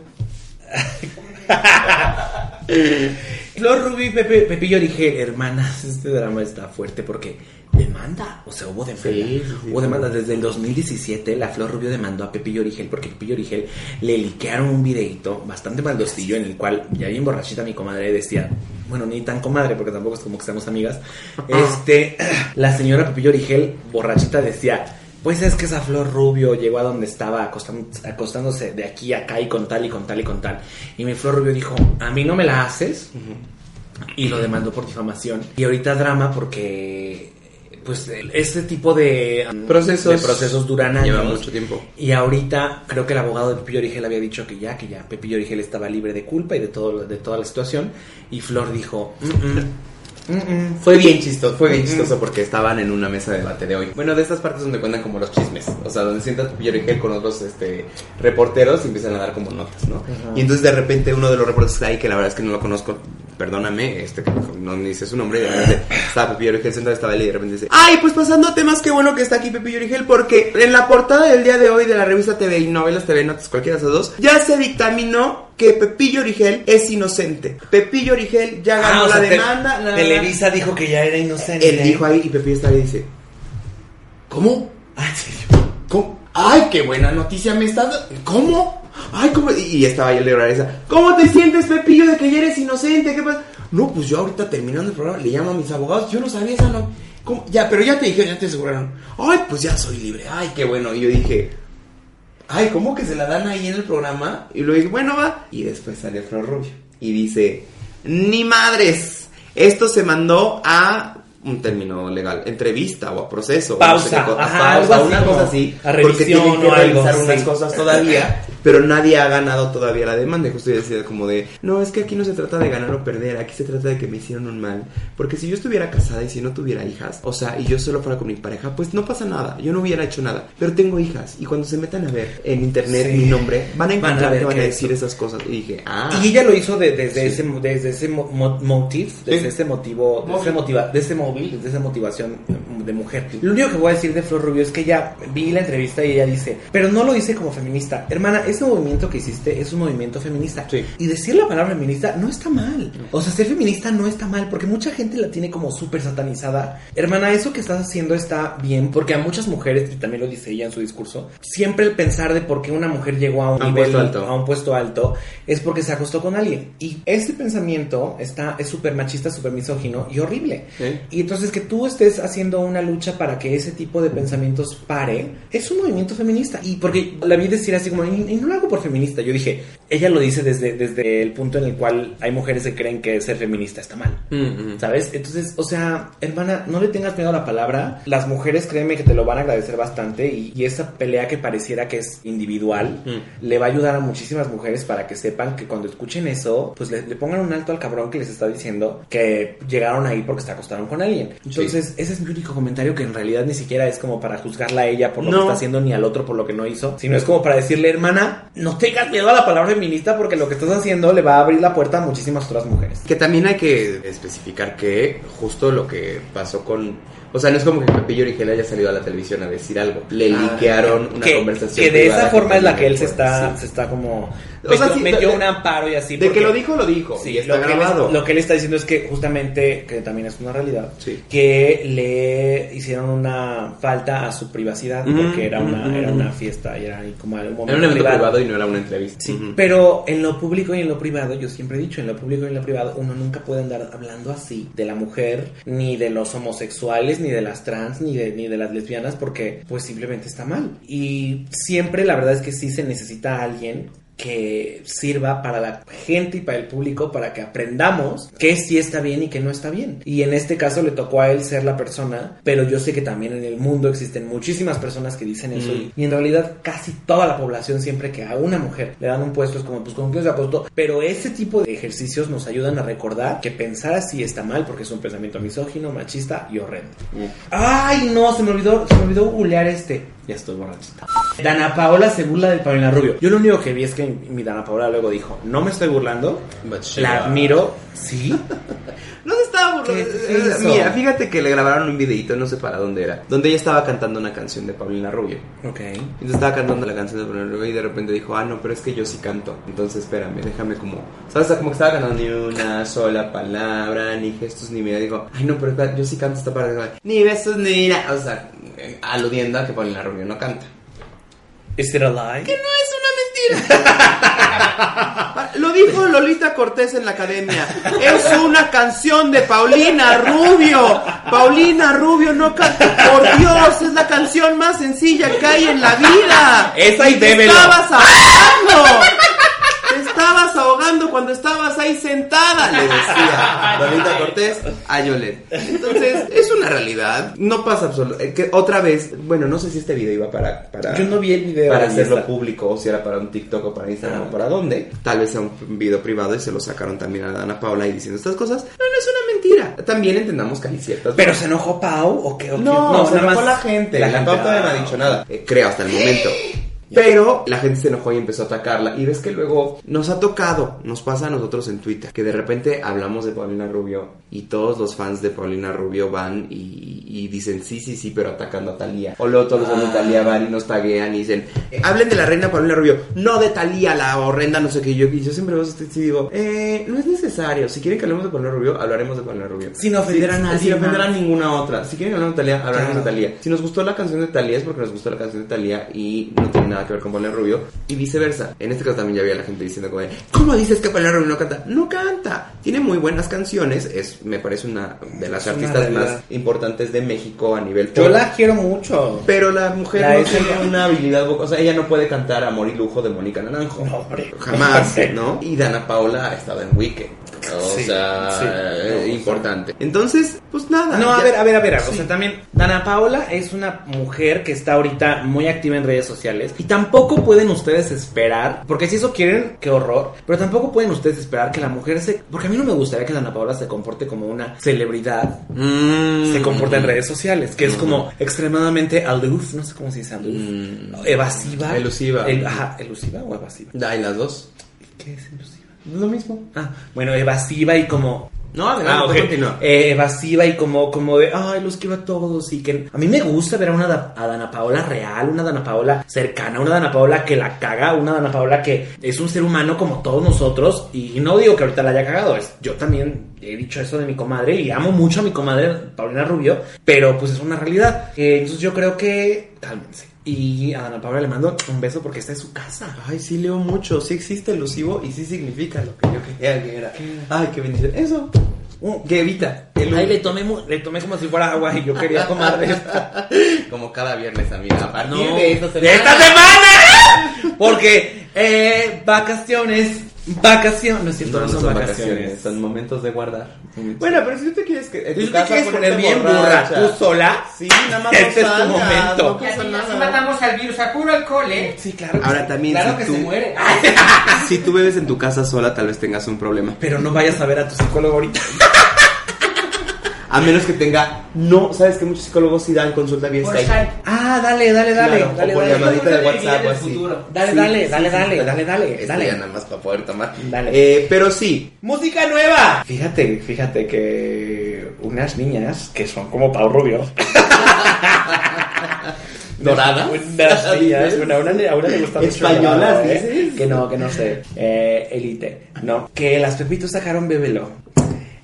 [SPEAKER 1] Flor Rubí, Pepe, Pepillo dije, hermanas, este drama está fuerte porque demanda, o sea, hubo demanda.
[SPEAKER 2] Sí, sí, sí.
[SPEAKER 1] hubo demanda. Desde el 2017, la Flor Rubio demandó a Pepillo Origel porque Pepillo Origel le liquearon un videito bastante maldostillo en el cual ya bien borrachita mi comadre decía, bueno, ni tan comadre porque tampoco es como que seamos amigas. Este, la señora Pepillo Origel, borrachita, decía. Pues es que esa flor rubio llegó a donde estaba acostan- acostándose de aquí a acá y con tal y con tal y con tal. Y mi flor rubio dijo, a mí no me la haces, y lo demandó por difamación. Y ahorita drama porque pues este tipo de mm,
[SPEAKER 2] Procesos
[SPEAKER 1] de procesos duran años.
[SPEAKER 2] Lleva mucho tiempo.
[SPEAKER 1] Y ahorita creo que el abogado de Pepillo Origel había dicho que ya, que ya Pepillo Origel estaba libre de culpa y de todo lo- de toda la situación y Flor dijo, "Mm, mm, mm, mm".
[SPEAKER 2] Fue bien chistoso, fue bien chistoso porque estaban en una mesa de debate de hoy. Bueno, de estas partes donde cuentan como los chismes, o sea, donde sientas Pepillo Origel con otros este, reporteros y empiezan a dar como notas, ¿no? Y entonces de repente uno de los reporteros está ahí, que la verdad es que no lo conozco perdóname, este carajo, no me dice su nombre, y de repente estaba Pepillo Origel sentado, estaba él y de repente dice, ay, pues pasando a temas, qué bueno que está aquí Pepillo Origel, porque en la portada del día de hoy de la revista TV y Novelas TV Notas, cualquiera de esas dos, ya se dictaminó que Pepillo Origel es inocente. Pepillo Origel
[SPEAKER 1] Ah,
[SPEAKER 2] ya ganó
[SPEAKER 7] Ah, o sea,
[SPEAKER 2] la
[SPEAKER 7] te-
[SPEAKER 2] demanda. la, la, la.
[SPEAKER 7] Televisa dijo que ya era inocente.
[SPEAKER 2] Él dijo ahí y Pepillo estaba ahí y dice,
[SPEAKER 8] ¿Cómo?
[SPEAKER 7] Ah, ¿en serio?
[SPEAKER 8] ¿Cómo? ¡Ay, qué buena noticia me estás dando! ¿Cómo?
[SPEAKER 2] Ay, ¿cómo? Y, y estaba yo de orar esa. ¿Cómo te sientes, Pepillo, de que ya eres inocente? ¿Qué pasa? No, pues yo ahorita terminando el programa le llamo a mis abogados. Yo no sabía esa no. ¿Cómo? Ya, pero ya te dijeron, ya te aseguraron. Ay, pues ya soy libre. Ay, qué bueno. Y yo dije, ay, ¿cómo que se la dan ahí en el programa? Y luego dije, bueno, va. Y después sale Flor Rubio y dice, ni madres. Esto se mandó a un término legal, entrevista o a proceso. o
[SPEAKER 7] Pausa,
[SPEAKER 2] qué cosa,
[SPEAKER 7] ajá,
[SPEAKER 2] pausa,
[SPEAKER 7] algo así
[SPEAKER 2] una
[SPEAKER 7] como
[SPEAKER 2] cosa así.
[SPEAKER 7] a
[SPEAKER 2] porque
[SPEAKER 7] revisión
[SPEAKER 2] tienen que
[SPEAKER 7] o algo,
[SPEAKER 2] revisar unas
[SPEAKER 7] sí.
[SPEAKER 2] cosas todavía, pero nadie ha ganado todavía la demanda. Y Justo yo decía como de, no, es que aquí no se trata de ganar o perder, aquí se trata de que me hicieron un mal. Porque si yo estuviera casada y si no tuviera hijas, o sea, y yo solo fuera con mi pareja, pues no pasa nada, yo no hubiera hecho nada. Pero tengo hijas y cuando se metan a ver en internet mi nombre, van a
[SPEAKER 7] Van a
[SPEAKER 2] encontrar
[SPEAKER 7] ver
[SPEAKER 2] que van a
[SPEAKER 7] que
[SPEAKER 2] decir esas cosas. Y dije, ah.
[SPEAKER 1] Y ella lo hizo de- desde ese desde ese mo- mo- motif, desde ese motivo, desde ese motiva, de ese móvil, desde esa motivación mm, de mujer. Lo único que voy a decir de Flor Rubio es que ya vi la entrevista y ella dice, pero no lo hice como feminista. Hermana, ese movimiento que hiciste es un movimiento feminista. Y decir la palabra feminista no está mal. O sea, ser feminista no está mal, porque mucha gente la tiene como súper satanizada. Hermana, eso que estás haciendo está bien, porque a muchas mujeres, y también lo dice ella en su discurso, siempre el pensar de por qué una mujer llegó a un,
[SPEAKER 2] A un
[SPEAKER 1] nivel
[SPEAKER 2] puesto alto.
[SPEAKER 1] a un puesto alto es porque se acostó con alguien. Y este pensamiento está, es súper machista, súper misógino y horrible.
[SPEAKER 2] ¿Eh?
[SPEAKER 1] Y entonces que tú estés haciendo una lucha para que ese tipo de pensamientos pare, es un movimiento feminista. Y porque la vi decir así como, y, y no lo hago por feminista. Yo dije, ella lo dice desde, desde el punto en el cual hay mujeres que creen que ser feminista está mal.
[SPEAKER 2] Mm, mm.
[SPEAKER 1] ¿Sabes? Entonces, o sea, hermana, no le tengas miedo a la palabra. Las mujeres, créeme que te lo van a agradecer bastante y, y esa pelea que pareciera que es individual
[SPEAKER 2] Mm.
[SPEAKER 1] le va a ayudar a muchísimas mujeres para que sepan que cuando escuchen eso, pues le, le pongan un alto al cabrón que les está diciendo que llegaron ahí porque se acostaron con alguien. Entonces, ese es mi único comentario que en realidad ni siquiera es como para juzgarla a ella por lo
[SPEAKER 2] No.
[SPEAKER 1] que está haciendo ni al otro por lo que no hizo, sino es como para decirle, hermana, no tengas miedo a la palabra feminista porque lo que estás haciendo le va a abrir la puerta a muchísimas otras mujeres.
[SPEAKER 2] Que también hay que especificar que justo lo que pasó con. O sea, no es como que Pepillo Origel haya salido a la televisión a decir algo. Le
[SPEAKER 1] Ah,
[SPEAKER 2] liquearon una
[SPEAKER 1] que,
[SPEAKER 2] conversación.
[SPEAKER 1] que de
[SPEAKER 2] privada
[SPEAKER 1] esa forma es la que él se
[SPEAKER 2] tenía. pues.
[SPEAKER 1] está,
[SPEAKER 2] Sí.
[SPEAKER 1] se está como.
[SPEAKER 2] O sea,
[SPEAKER 1] metió,
[SPEAKER 2] sí,
[SPEAKER 1] metió
[SPEAKER 2] de-
[SPEAKER 1] un amparo y así.
[SPEAKER 2] De que
[SPEAKER 1] porque-
[SPEAKER 2] lo dijo, lo dijo.
[SPEAKER 1] Sí,
[SPEAKER 2] y está
[SPEAKER 1] lo que él-
[SPEAKER 2] grabado.
[SPEAKER 1] lo que él está diciendo es que justamente, que también es una realidad,
[SPEAKER 2] Sí.
[SPEAKER 1] que le hicieron una falta a su privacidad
[SPEAKER 2] Ujú,
[SPEAKER 1] porque era
[SPEAKER 2] ujú,
[SPEAKER 1] una,
[SPEAKER 2] ujú,
[SPEAKER 1] era
[SPEAKER 2] ujú.
[SPEAKER 1] una fiesta y era ahí como algo
[SPEAKER 2] Era un evento privado. y no era una entrevista.
[SPEAKER 1] Sí,
[SPEAKER 2] Ujú.
[SPEAKER 1] pero en lo público y en lo privado, yo siempre he dicho, en lo público y en lo privado, uno nunca puede andar hablando así de la mujer, ni de los homosexuales, ni de las trans, ni de, ni de las lesbianas, porque pues simplemente está mal. Y siempre la verdad es que sí se necesita a alguien que sirva para la gente y para el público para que aprendamos qué sí está bien y qué no está bien. Y en este caso le tocó a él ser la persona, pero yo sé que también en el mundo existen muchísimas personas que dicen eso y- y en realidad casi toda la población siempre que a una mujer le dan un puesto es como pues con quién se acostó, pero ese tipo de ejercicios nos ayudan a recordar que pensar así está mal porque es un pensamiento misógino, machista y horrendo. Ay, no, se me olvidó, se me olvidó googlear este. Ya estoy borrachita. Dana Paola se burla de Paulina Rubio. Yo lo único que vi es que mi Dana Paola luego dijo, no me estoy burlando,
[SPEAKER 2] But she-
[SPEAKER 1] la admiro, sí.
[SPEAKER 2] No se estaba burlando.
[SPEAKER 1] ¿Qué
[SPEAKER 2] Eh,
[SPEAKER 1] hizo?
[SPEAKER 2] Mira, fíjate que le grabaron un videito, no sé para dónde era. Donde ella estaba cantando una canción de Paulina Rubio.
[SPEAKER 1] Ok.
[SPEAKER 2] Entonces estaba cantando la canción de Bruno Rubio y de repente dijo, ah, no, pero es que yo sí canto. Entonces espérame, déjame como... ¿Sabes? Como que estaba cantando ni una sola palabra, ni gestos, ni mira. Digo, ay, no, pero espera, yo sí canto esta palabra. Ni besos, ni nada. O sea, eh, aludiendo a que Paulina Rubio no canta.
[SPEAKER 1] ¿Es it a lie?
[SPEAKER 2] Lo dijo Lolita Cortés en la academia. Es una canción de Paulina Rubio. Paulina Rubio no canta. Por Dios, es la canción más sencilla que hay en la vida.
[SPEAKER 1] Esa y
[SPEAKER 2] Te
[SPEAKER 1] débelo.
[SPEAKER 2] estabas ahogando. Te estabas ahogando cuando estabas ahí sentada, le decía Lolita Cortés a Yolette. Entonces, es una realidad. No pasa absolutamente. Otra vez, bueno, no sé si este video iba para. para
[SPEAKER 1] Yo no vi el video.
[SPEAKER 2] para
[SPEAKER 1] ahí
[SPEAKER 2] hacerlo
[SPEAKER 1] está.
[SPEAKER 2] público, o si era para un TikTok o para Instagram
[SPEAKER 1] Ah.
[SPEAKER 2] o para dónde. Tal vez sea un video privado y se lo sacaron también a Ana Paula y diciendo estas cosas. No, no es una mentira. También entendamos que hay ciertas.
[SPEAKER 1] ¿Pero se enojó Pau o qué? ¿O qué?
[SPEAKER 2] no, no, se
[SPEAKER 1] nada más-
[SPEAKER 2] enojó la gente. Ah. La
[SPEAKER 1] La
[SPEAKER 2] gente
[SPEAKER 1] gente.
[SPEAKER 2] todavía no ha dicho nada. Eh, creo hasta el momento. Pero la gente se enojó y empezó a atacarla. Y ves que luego nos ha tocado, nos pasa a nosotros en Twitter, que de repente hablamos de Paulina Rubio y todos los fans de Paulina Rubio van y, y dicen sí, sí, sí, pero atacando a Talía. O luego todos los fans de Talía van y nos taguean y dicen, eh, hablen de la reina Paulina Rubio, no de Talía, la horrenda, no sé qué. Y yo, y yo siempre veo esos tweets y digo, eh, no es necesario. Si quieren que hablemos de Paulina Rubio, hablaremos de Paulina Rubio.
[SPEAKER 8] Sin ofender a nadie
[SPEAKER 2] Sin ofender a
[SPEAKER 8] más.
[SPEAKER 2] ninguna otra. Si quieren hablar de Talía, hablaremos
[SPEAKER 8] Claro.
[SPEAKER 2] de Talía. Si nos gustó la canción de Talía es porque nos gustó la canción de Talía y no tiene nada que ver con Paulina Rubio. Y viceversa. En este caso también ya había la gente diciendo como, de, ¿cómo dices que Paulina Rubio no canta? No canta. Tiene muy buenas canciones. Es, me parece una de las
[SPEAKER 8] Es una
[SPEAKER 2] artistas
[SPEAKER 8] realidad.
[SPEAKER 2] más importantes de México a nivel
[SPEAKER 8] Yo
[SPEAKER 2] pop.
[SPEAKER 8] la quiero mucho.
[SPEAKER 2] Pero la mujer
[SPEAKER 8] La
[SPEAKER 2] no
[SPEAKER 8] es
[SPEAKER 2] tiene
[SPEAKER 8] ella.
[SPEAKER 2] una habilidad vocal. O sea, ella no puede cantar Amor y Lujo de Mónica Naranjo.
[SPEAKER 8] No, hombre.
[SPEAKER 2] Jamás, ¿no? Y Dana Paola ha estado en Weekend. O
[SPEAKER 8] Sí,
[SPEAKER 2] sea,
[SPEAKER 8] sí.
[SPEAKER 2] eh, importante. Entonces, pues nada.
[SPEAKER 1] No, a
[SPEAKER 2] ya-
[SPEAKER 1] ver, a ver, a ver. O sea, también Dana Paola es una mujer que está ahorita muy activa en redes sociales. Y tampoco pueden ustedes esperar, porque si eso quieren, qué horror. Pero tampoco pueden ustedes esperar que la mujer se. Porque a mí no me gustaría que Dana Paola se comporte como una celebridad.
[SPEAKER 2] Mm.
[SPEAKER 1] Se comporta en redes sociales, que es como extremadamente aloof, no sé cómo se dice aloof,
[SPEAKER 2] Mm.
[SPEAKER 1] evasiva,
[SPEAKER 2] Elusiva.
[SPEAKER 1] El- ajá, elusiva o evasiva.
[SPEAKER 2] Ay, las dos.
[SPEAKER 1] ¿Qué es elusiva?
[SPEAKER 2] Lo mismo.
[SPEAKER 1] Ah, bueno, evasiva y como
[SPEAKER 2] No, adelante,
[SPEAKER 1] Ah, ok.
[SPEAKER 2] tú pues, continúa.
[SPEAKER 1] Eh, evasiva y como, como de, ay, los quiero a todos. Y que a mí me gusta ver a una da- a Dana Paola real, una Dana Paola cercana, una Dana Paola que la caga, una Dana Paola que es un ser humano como todos nosotros. Y no digo que ahorita la haya cagado, es, yo también he dicho eso de mi comadre y amo mucho a mi comadre Paulina Rubio, pero pues es una realidad. Eh, entonces yo creo que cálmense. Y a Dana Paola le mando un beso porque está en su casa.
[SPEAKER 2] Ay, sí leo mucho. Sí existe elusivo y sí significa lo que yo creía que era. Ay, qué bendición. Eso.
[SPEAKER 1] Uh,
[SPEAKER 2] Que evita. El
[SPEAKER 1] Ay, le tomé, mu- le tomé como si fuera agua y yo quería tomar de esta.
[SPEAKER 2] Como cada viernes, amiga. A partir
[SPEAKER 1] No.
[SPEAKER 2] de esta
[SPEAKER 1] ¡De
[SPEAKER 2] semana.
[SPEAKER 1] esta semana! Porque, eh, vacaciones, vacaciones. No es cierto,
[SPEAKER 2] No,
[SPEAKER 1] no,
[SPEAKER 2] no
[SPEAKER 1] son, vacaciones.
[SPEAKER 2] son momentos de guardar. Bueno, pero si tú te quieres que en
[SPEAKER 1] Si
[SPEAKER 2] tu
[SPEAKER 1] tú te
[SPEAKER 2] casa
[SPEAKER 1] quieres
[SPEAKER 2] ponerte
[SPEAKER 1] poner bien burra
[SPEAKER 2] borracha.
[SPEAKER 1] tú sola,
[SPEAKER 2] Sí, nada más
[SPEAKER 1] este
[SPEAKER 2] no
[SPEAKER 1] es tu
[SPEAKER 2] salgas,
[SPEAKER 1] momento.
[SPEAKER 2] no
[SPEAKER 3] Y
[SPEAKER 2] pasa
[SPEAKER 3] así,
[SPEAKER 2] nada.
[SPEAKER 3] así matamos al virus a puro alcohol, ¿eh?
[SPEAKER 1] Sí, claro.
[SPEAKER 2] Ahora también
[SPEAKER 3] Claro
[SPEAKER 2] si
[SPEAKER 3] que
[SPEAKER 2] tú
[SPEAKER 3] se muere.
[SPEAKER 2] si tú bebes en tu casa sola tal vez tengas un problema.
[SPEAKER 1] Pero no vayas a ver a tu psicólogo ahorita.
[SPEAKER 2] A menos que tenga no, sabes que muchos psicólogos sí dan consulta vía
[SPEAKER 3] Por
[SPEAKER 2] Skype.
[SPEAKER 3] Skype.
[SPEAKER 1] Ah, dale, dale, dale.
[SPEAKER 2] Claro,
[SPEAKER 1] dale,
[SPEAKER 2] o por
[SPEAKER 1] dale,
[SPEAKER 2] llamadita
[SPEAKER 1] dale,
[SPEAKER 2] de
[SPEAKER 1] dale,
[SPEAKER 2] WhatsApp
[SPEAKER 1] dale,
[SPEAKER 2] o así.
[SPEAKER 1] Dale,
[SPEAKER 2] Sí,
[SPEAKER 1] dale,
[SPEAKER 2] sí,
[SPEAKER 1] dale,
[SPEAKER 2] sí,
[SPEAKER 1] dale,
[SPEAKER 2] sí.
[SPEAKER 1] dale, dale,
[SPEAKER 2] Esto
[SPEAKER 1] dale.
[SPEAKER 2] ya nada más para poder tomar.
[SPEAKER 1] Dale.
[SPEAKER 2] Eh, pero sí,
[SPEAKER 1] ¡Música nueva! Fíjate, fíjate que unas niñas que son como Pau Rubio.
[SPEAKER 2] Doradas.
[SPEAKER 1] Unas niñas, bueno, a una, a una le gusta mucho
[SPEAKER 2] Españolas,
[SPEAKER 1] el dorado, ¿eh?
[SPEAKER 2] dices.
[SPEAKER 1] Que no, que no sé. Eh, elite, no. Que las Pepitos sacaron Bebelo.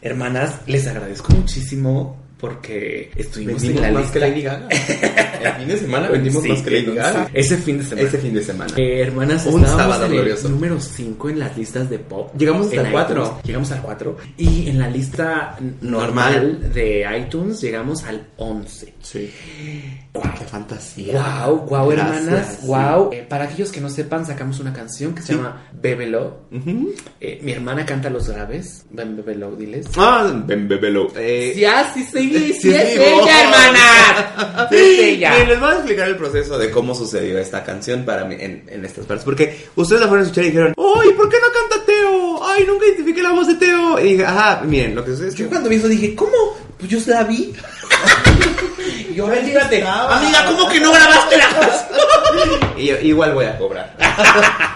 [SPEAKER 1] Hermanas, les agradezco muchísimo porque estuvimos
[SPEAKER 2] vendimos
[SPEAKER 1] en la
[SPEAKER 2] más
[SPEAKER 1] lista.
[SPEAKER 2] que Lady Gaga. El fin de semana vendimos
[SPEAKER 1] Sí,
[SPEAKER 2] más que Lady Gaga.
[SPEAKER 1] Ese fin de semana.
[SPEAKER 2] Ese fin de semana.
[SPEAKER 1] Eh, hermanas,
[SPEAKER 2] Un
[SPEAKER 1] estábamos
[SPEAKER 2] sábado
[SPEAKER 1] en el
[SPEAKER 2] glorioso.
[SPEAKER 1] número 5 en las listas de pop.
[SPEAKER 2] Llegamos hasta
[SPEAKER 1] En
[SPEAKER 2] el cuatro.
[SPEAKER 1] iTunes. Llegamos al 4. Y en la lista n- normal, de iTunes llegamos al 11.
[SPEAKER 2] Sí. Qué fantasía.
[SPEAKER 1] Wow, wow,
[SPEAKER 2] Gracias,
[SPEAKER 1] hermanas,
[SPEAKER 2] sí.
[SPEAKER 1] wow. Eh, para aquellos que no sepan, sacamos una canción que se llama Bébelo.
[SPEAKER 2] Ujú.
[SPEAKER 1] Eh, mi hermana canta los graves. Ven, bébelo, diles.
[SPEAKER 2] Ah, ven, bébelo. Eh,
[SPEAKER 1] Ya, sí, sí, sí,
[SPEAKER 2] Sí,
[SPEAKER 1] es
[SPEAKER 2] sí, vos.
[SPEAKER 1] ella, hermana. Sí, es ella.
[SPEAKER 2] Miren, les voy a explicar el proceso de cómo sucedió esta canción para mí en, en estas partes. Porque ustedes la fueron a escuchar y dijeron, ¡Ay, ¿por qué no canta Teo? ¡Ay, nunca identifiqué la voz de Teo! Y dije, ajá, miren, lo que sucede es que.
[SPEAKER 1] Yo cuando vi eso dije, ¿cómo? Pues yo la vi. Y yo, a ver, fíjate, amiga, ¿cómo que no grabaste la canción?
[SPEAKER 2] Y yo, igual voy a cobrar.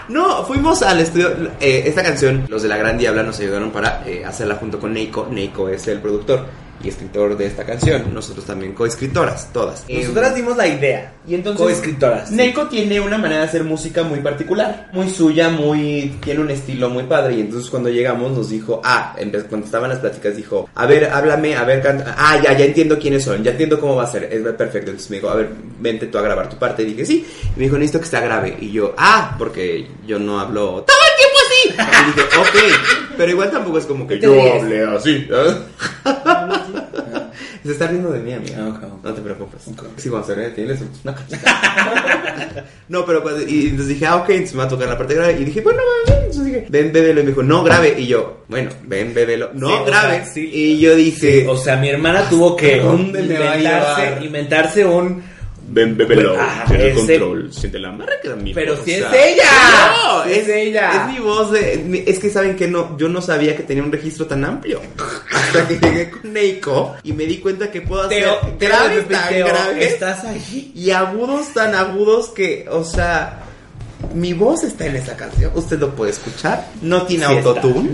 [SPEAKER 2] no, fuimos al estudio. eh, esta canción, los de La Gran Diabla nos ayudaron para eh, hacerla junto con Neiko. Neiko es el productor y escritor de esta canción. Nosotros también coescritoras, todas.
[SPEAKER 1] Nosotras dimos la idea.
[SPEAKER 2] Y entonces,
[SPEAKER 1] Coescritoras.
[SPEAKER 2] Neko tiene una manera de hacer música muy particular, muy suya, muy tiene un estilo muy padre. Y entonces cuando llegamos nos dijo, ah, empe- cuando estaban las pláticas dijo, a ver, háblame, a ver, canta, ah, ya, ya entiendo quiénes son, ya entiendo cómo va a ser, es perfecto. Entonces me dijo, a ver, vente tú a grabar tu parte. Y dije, sí. Y me dijo, necesito que se grave. Y yo, ah, porque yo no hablo todo el tiempo así. Y dije, ok, pero igual tampoco es como que yo
[SPEAKER 1] ríes.
[SPEAKER 2] hablé así. ¿eh? Se está riendo de mí, amiga.
[SPEAKER 1] Ah, ok.
[SPEAKER 2] No te preocupes. Sí, cuando se ríe de ti, le sueltas una cachetada. No, pero cuando- y entonces dije, ah, ok, entonces me va a tocar la parte grave. Y dije, bueno, ven, ven. Entonces dije, ven, bébelo. Y me dijo, no, grave. Y yo, bueno, ven, bébelo. No,
[SPEAKER 1] Sí, o
[SPEAKER 2] grave.
[SPEAKER 1] sea, sí.
[SPEAKER 2] Y yo dije,
[SPEAKER 1] O sea, mi hermana tuvo que
[SPEAKER 2] ¿Dónde Ah, me va a
[SPEAKER 1] inventarse,
[SPEAKER 2] llevar?
[SPEAKER 1] inventarse un.
[SPEAKER 2] ven, bébelo.
[SPEAKER 1] Ah,
[SPEAKER 2] Tiene
[SPEAKER 1] ese-
[SPEAKER 2] Siente la marca que da mi
[SPEAKER 1] Pero
[SPEAKER 2] voz,
[SPEAKER 1] si
[SPEAKER 2] o
[SPEAKER 1] es
[SPEAKER 2] sea.
[SPEAKER 1] ella.
[SPEAKER 2] No,
[SPEAKER 1] Si es ella.
[SPEAKER 2] Es mi voz de. mi- Es que saben que no, yo no sabía que tenía un registro tan amplio. Hasta que llegué con Neiko y me di cuenta que puedo hacer
[SPEAKER 1] Teo, Teo,
[SPEAKER 2] graves
[SPEAKER 1] Pepe,
[SPEAKER 2] tan
[SPEAKER 1] Teo,
[SPEAKER 2] graves.
[SPEAKER 1] Estás ahí.
[SPEAKER 2] y agudos tan agudos que, o sea, Mi voz está en esa canción. Usted lo puede escuchar. No tiene
[SPEAKER 1] Sí está. Eh,
[SPEAKER 2] autotune.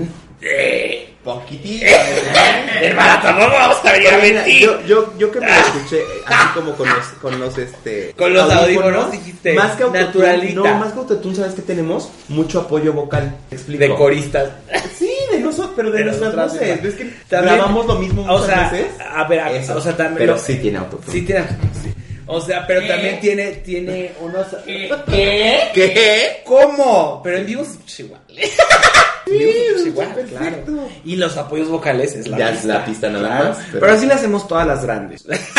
[SPEAKER 2] Eh.
[SPEAKER 8] Poquitito.
[SPEAKER 7] Hermana, tampoco vamos a venir a
[SPEAKER 2] Mira,
[SPEAKER 7] mentir.
[SPEAKER 2] Yo, yo, yo que me la escuché así como con los, con los este.
[SPEAKER 1] Con los audífonos, dijiste,
[SPEAKER 2] Más que autotune,
[SPEAKER 1] naturalita.
[SPEAKER 2] No, más que autotune, ¿sabes qué tenemos? Mucho apoyo vocal. Te explico.
[SPEAKER 1] de coristas.
[SPEAKER 2] Sí, de nosotros, pero de
[SPEAKER 1] Pero
[SPEAKER 2] nuestras
[SPEAKER 1] otras
[SPEAKER 2] voces.
[SPEAKER 1] veces.
[SPEAKER 2] ¿Ves que
[SPEAKER 1] También-
[SPEAKER 2] grabamos lo mismo muchas
[SPEAKER 1] O sea,
[SPEAKER 2] veces?
[SPEAKER 1] a ver, a-
[SPEAKER 2] Eso,
[SPEAKER 1] o sea, también
[SPEAKER 2] Pero
[SPEAKER 1] lo-
[SPEAKER 2] sí tiene autotune.
[SPEAKER 1] Sí, tiene. sí. O sea, pero
[SPEAKER 3] ¿Qué?
[SPEAKER 1] también tiene, tiene unos.
[SPEAKER 3] ¿Qué?
[SPEAKER 2] ¿Qué?
[SPEAKER 1] ¿Cómo? Pero en vivo se escucha igual. En vivo se escucha igual,
[SPEAKER 2] perfecto.
[SPEAKER 1] claro. Y los apoyos vocales es la
[SPEAKER 2] Ya
[SPEAKER 1] pista.
[SPEAKER 2] es la pista nada
[SPEAKER 1] Claro.
[SPEAKER 2] más.
[SPEAKER 1] Pero... sí le hacemos todas las grandes.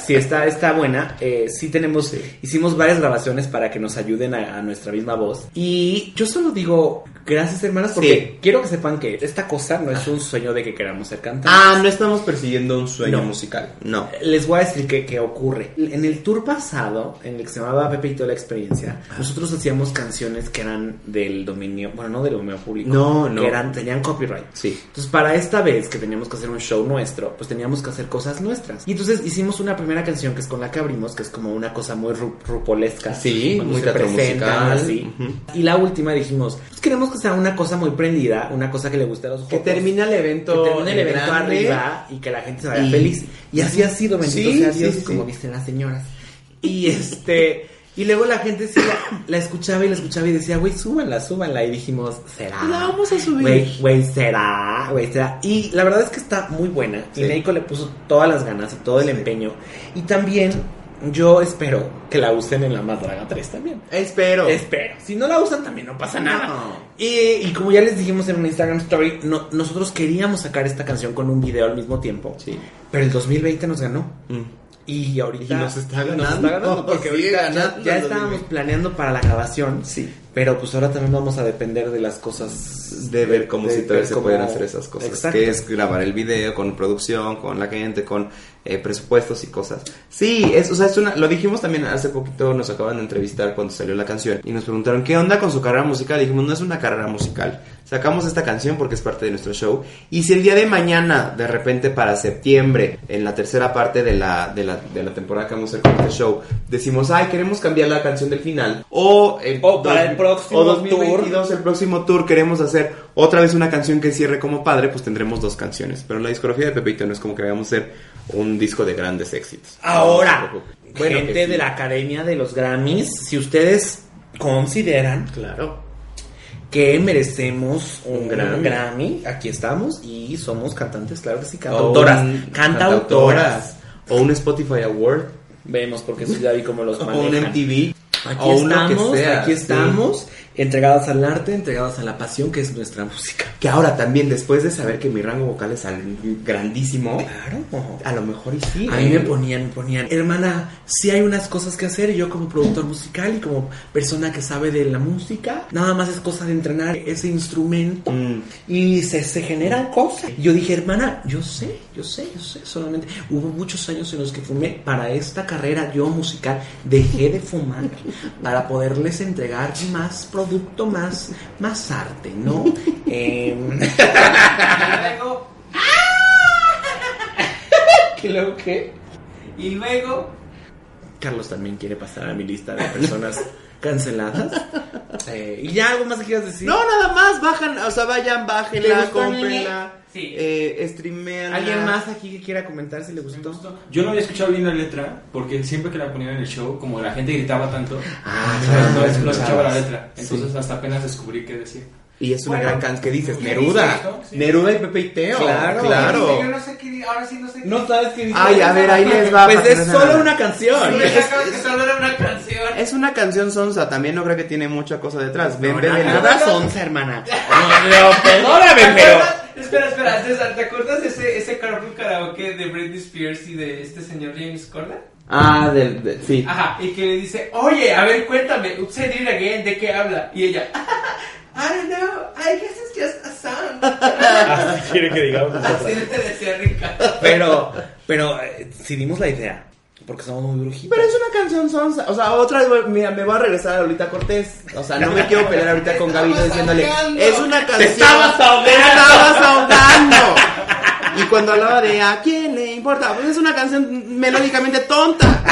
[SPEAKER 1] Sí, está, está buena. Eh, sí tenemos, hicimos varias grabaciones para que nos ayuden a, a nuestra misma voz. Y yo solo digo, gracias hermanas, porque
[SPEAKER 2] Sí.
[SPEAKER 1] quiero que sepan que esta cosa no es un sueño de que queramos ser cantantes.
[SPEAKER 2] Ah, no estamos persiguiendo un sueño
[SPEAKER 1] No.
[SPEAKER 2] musical. No.
[SPEAKER 1] Les voy a decir qué, qué ocurre. En el tour pasado, en el que se llamaba Pepe y toda la experiencia, nosotros hacíamos canciones que eran del dominio, bueno, no del dominio público.
[SPEAKER 2] No, no.
[SPEAKER 1] Que eran, tenían copyright.
[SPEAKER 2] Sí.
[SPEAKER 1] Entonces, para esta vez que teníamos que hacer un show nuestro, pues teníamos que hacer cosas nuestras. Y entonces hicimos una primera canción que es con la que abrimos, que es como una cosa muy ru rupolesca.
[SPEAKER 2] Sí,
[SPEAKER 1] Cuando
[SPEAKER 2] muy
[SPEAKER 1] se
[SPEAKER 2] teatro
[SPEAKER 1] presentan,
[SPEAKER 2] musical.
[SPEAKER 1] así.
[SPEAKER 2] Ujú.
[SPEAKER 1] Y la última dijimos, pues queremos que sea una cosa muy prendida, una cosa que le guste a los
[SPEAKER 2] Que
[SPEAKER 1] jóvenes
[SPEAKER 2] termina el evento.
[SPEAKER 1] que termine el evento
[SPEAKER 2] grande.
[SPEAKER 1] arriba y que la gente se vaya
[SPEAKER 2] Y-
[SPEAKER 1] feliz. Y así ha sido, bendito
[SPEAKER 2] Sí,
[SPEAKER 1] sea
[SPEAKER 2] sí,
[SPEAKER 1] Dios,
[SPEAKER 2] sí.
[SPEAKER 1] como dicen las señoras. Y este. Y luego la gente sí la, la escuchaba y la escuchaba y decía, güey, súbanla, súbanla. Y dijimos, será.
[SPEAKER 2] La vamos a subir.
[SPEAKER 1] Güey, güey, será, güey, será. Y la verdad es que está muy buena.
[SPEAKER 2] Sí.
[SPEAKER 1] Y México le puso todas las ganas y todo el empeño. Y también yo espero que la usen en la Más Draga 3 también.
[SPEAKER 2] Espero.
[SPEAKER 1] Espero. Si no la usan, también no pasa nada.
[SPEAKER 2] No.
[SPEAKER 1] Y, y como ya les dijimos en un Instagram Story, no- nosotros queríamos sacar esta canción con un video al mismo tiempo.
[SPEAKER 2] Sí.
[SPEAKER 1] Pero el 2020 nos ganó. Y ahorita.
[SPEAKER 2] Y Mm. nos está
[SPEAKER 1] nos
[SPEAKER 2] ganando.
[SPEAKER 1] está ganando, porque
[SPEAKER 2] Sigue
[SPEAKER 1] ahorita ya-
[SPEAKER 2] ganando
[SPEAKER 1] ya,
[SPEAKER 2] el
[SPEAKER 1] estábamos
[SPEAKER 2] 2020.
[SPEAKER 1] planeando para la grabación.
[SPEAKER 2] Sí.
[SPEAKER 1] Pero pues ahora también vamos a depender de las cosas.
[SPEAKER 2] De ver cómo
[SPEAKER 1] de
[SPEAKER 2] si todavía
[SPEAKER 1] ver
[SPEAKER 2] se
[SPEAKER 1] cómo-
[SPEAKER 2] pueden hacer esas cosas.
[SPEAKER 1] Exacto.
[SPEAKER 2] Que es grabar el video con producción, con la gente, con eh, presupuestos y cosas. Sí, es, o sea, es una, lo dijimos también hace poquito, nos acaban de entrevistar cuando salió la canción y nos preguntaron qué onda con su carrera musical. Y dijimos, no es una carrera musical. Sacamos esta canción porque es parte de nuestro show. Y si el día de mañana, de repente para septiembre, en la tercera parte de la, de la, de la temporada que vamos a hacer con este show, decimos, ay, queremos cambiar la canción del final. O, el
[SPEAKER 1] O para el próximo
[SPEAKER 2] o
[SPEAKER 1] tour.
[SPEAKER 2] 2022, entonces, el próximo tour queremos hacer otra vez una canción que cierre como padre, pues tendremos dos canciones. Pero la discografía de Pepito no es como que vayamos a hacer un disco de grandes éxitos.
[SPEAKER 1] Ahora,
[SPEAKER 2] Bueno, que
[SPEAKER 1] gente
[SPEAKER 2] sí.
[SPEAKER 1] de la Academia de los Grammys, si ustedes consideran
[SPEAKER 2] Claro.
[SPEAKER 1] que merecemos un,
[SPEAKER 2] Un
[SPEAKER 1] gran
[SPEAKER 2] Grammy.
[SPEAKER 1] Grammy. Aquí estamos y somos cantantes, claro que sí, cantautoras. Cantautoras.
[SPEAKER 2] O un Spotify Award.
[SPEAKER 1] Vemos, porque eso ya vi cómo los
[SPEAKER 2] O un
[SPEAKER 1] manejan.
[SPEAKER 2] MTV.
[SPEAKER 1] Aquí
[SPEAKER 2] o uno
[SPEAKER 1] estamos,
[SPEAKER 2] que sea,
[SPEAKER 1] aquí
[SPEAKER 2] sí.
[SPEAKER 1] estamos, entregadas al arte, entregadas a la pasión que es nuestra música.
[SPEAKER 2] Que ahora también, después de saber que mi rango vocal es al- grandísimo,
[SPEAKER 1] Claro.
[SPEAKER 2] a lo mejor y sí.
[SPEAKER 1] A mí me
[SPEAKER 2] ¿eh?
[SPEAKER 1] ponían, me ponían, hermana, sí hay unas cosas que hacer, y yo como productor musical y como persona que sabe de la música, nada más es cosa de entrenar ese instrumento.
[SPEAKER 2] Mm.
[SPEAKER 1] Y se, se generan cosas. Yo dije, hermana, yo sé, yo sé, yo sé. Solamente hubo muchos años en los que fumé. Para esta carrera yo musical dejé de fumar para poderles entregar más producto, más, más arte, ¿no? Em,
[SPEAKER 3] Y luego,
[SPEAKER 1] ¿Que luego qué?
[SPEAKER 3] y luego.
[SPEAKER 1] Carlos también quiere pasar a mi lista de personas canceladas. Eh, ¿Y ya algo más que quieras decir?
[SPEAKER 2] No, nada más, bajan, o sea, vayan, bájenla, cómprenla,
[SPEAKER 3] Sí.
[SPEAKER 2] eh, streamenla.
[SPEAKER 1] ¿Alguien más aquí que quiera comentar si le gustó?
[SPEAKER 5] Yo no había escuchado bien la letra porque siempre que la ponían en el show, como la gente gritaba tanto,
[SPEAKER 1] Ah,
[SPEAKER 5] no,
[SPEAKER 1] claro.
[SPEAKER 5] no escuchaba la
[SPEAKER 2] claro.
[SPEAKER 5] letra. Entonces hasta apenas descubrí qué decía.
[SPEAKER 2] Y es una
[SPEAKER 3] Bueno,
[SPEAKER 2] gran canción que dices,
[SPEAKER 3] ¿qué
[SPEAKER 2] Neruda.
[SPEAKER 3] dices, no? Sí.
[SPEAKER 2] Neruda y Pepe y Teo.
[SPEAKER 1] Claro.
[SPEAKER 3] Yo no sé qué. di- Ahora sí no sé qué.
[SPEAKER 1] sabes qué
[SPEAKER 2] Ay, a ver, ahí les va.
[SPEAKER 1] Pues
[SPEAKER 2] para que
[SPEAKER 1] es
[SPEAKER 2] no
[SPEAKER 1] solo
[SPEAKER 2] se-
[SPEAKER 1] una canción.
[SPEAKER 3] Yo me acabo que solo era una canción.
[SPEAKER 2] Es una canción sonsa, también no creo que tiene mucha cosa detrás. Ven, bebe,
[SPEAKER 1] de
[SPEAKER 2] nada.
[SPEAKER 1] nada sonsa, hermana. No, no, perdóname,
[SPEAKER 3] ¿Te
[SPEAKER 1] pero.
[SPEAKER 3] acuerdas? Espera, espera, César, ¿te acuerdas de ese, ese carpool karaoke de Britney Spears y de este señor James Corden?
[SPEAKER 2] Ah, del, del- sí.
[SPEAKER 3] Ajá, y que le dice, oye, a ver, cuéntame, Oops, I did it again, ¿de qué habla? Y ella, I don't know, I guess it's just a song.
[SPEAKER 1] Quiere que digamos.
[SPEAKER 3] Así le decía Ricardo.
[SPEAKER 1] Pero, pero, eh, si dimos la idea, porque somos muy brujitos.
[SPEAKER 2] Pero es una canción sonsa. O sea, otra vez, mira, me voy a regresar a Lolita Cortés. O sea, no me quiero pelear ahorita con Gabino diciéndole. Es una canción.
[SPEAKER 1] estabas ahogando.
[SPEAKER 2] Te estabas ahogando. Y cuando hablaba de a quién le importa, pues es una canción melódicamente tonta.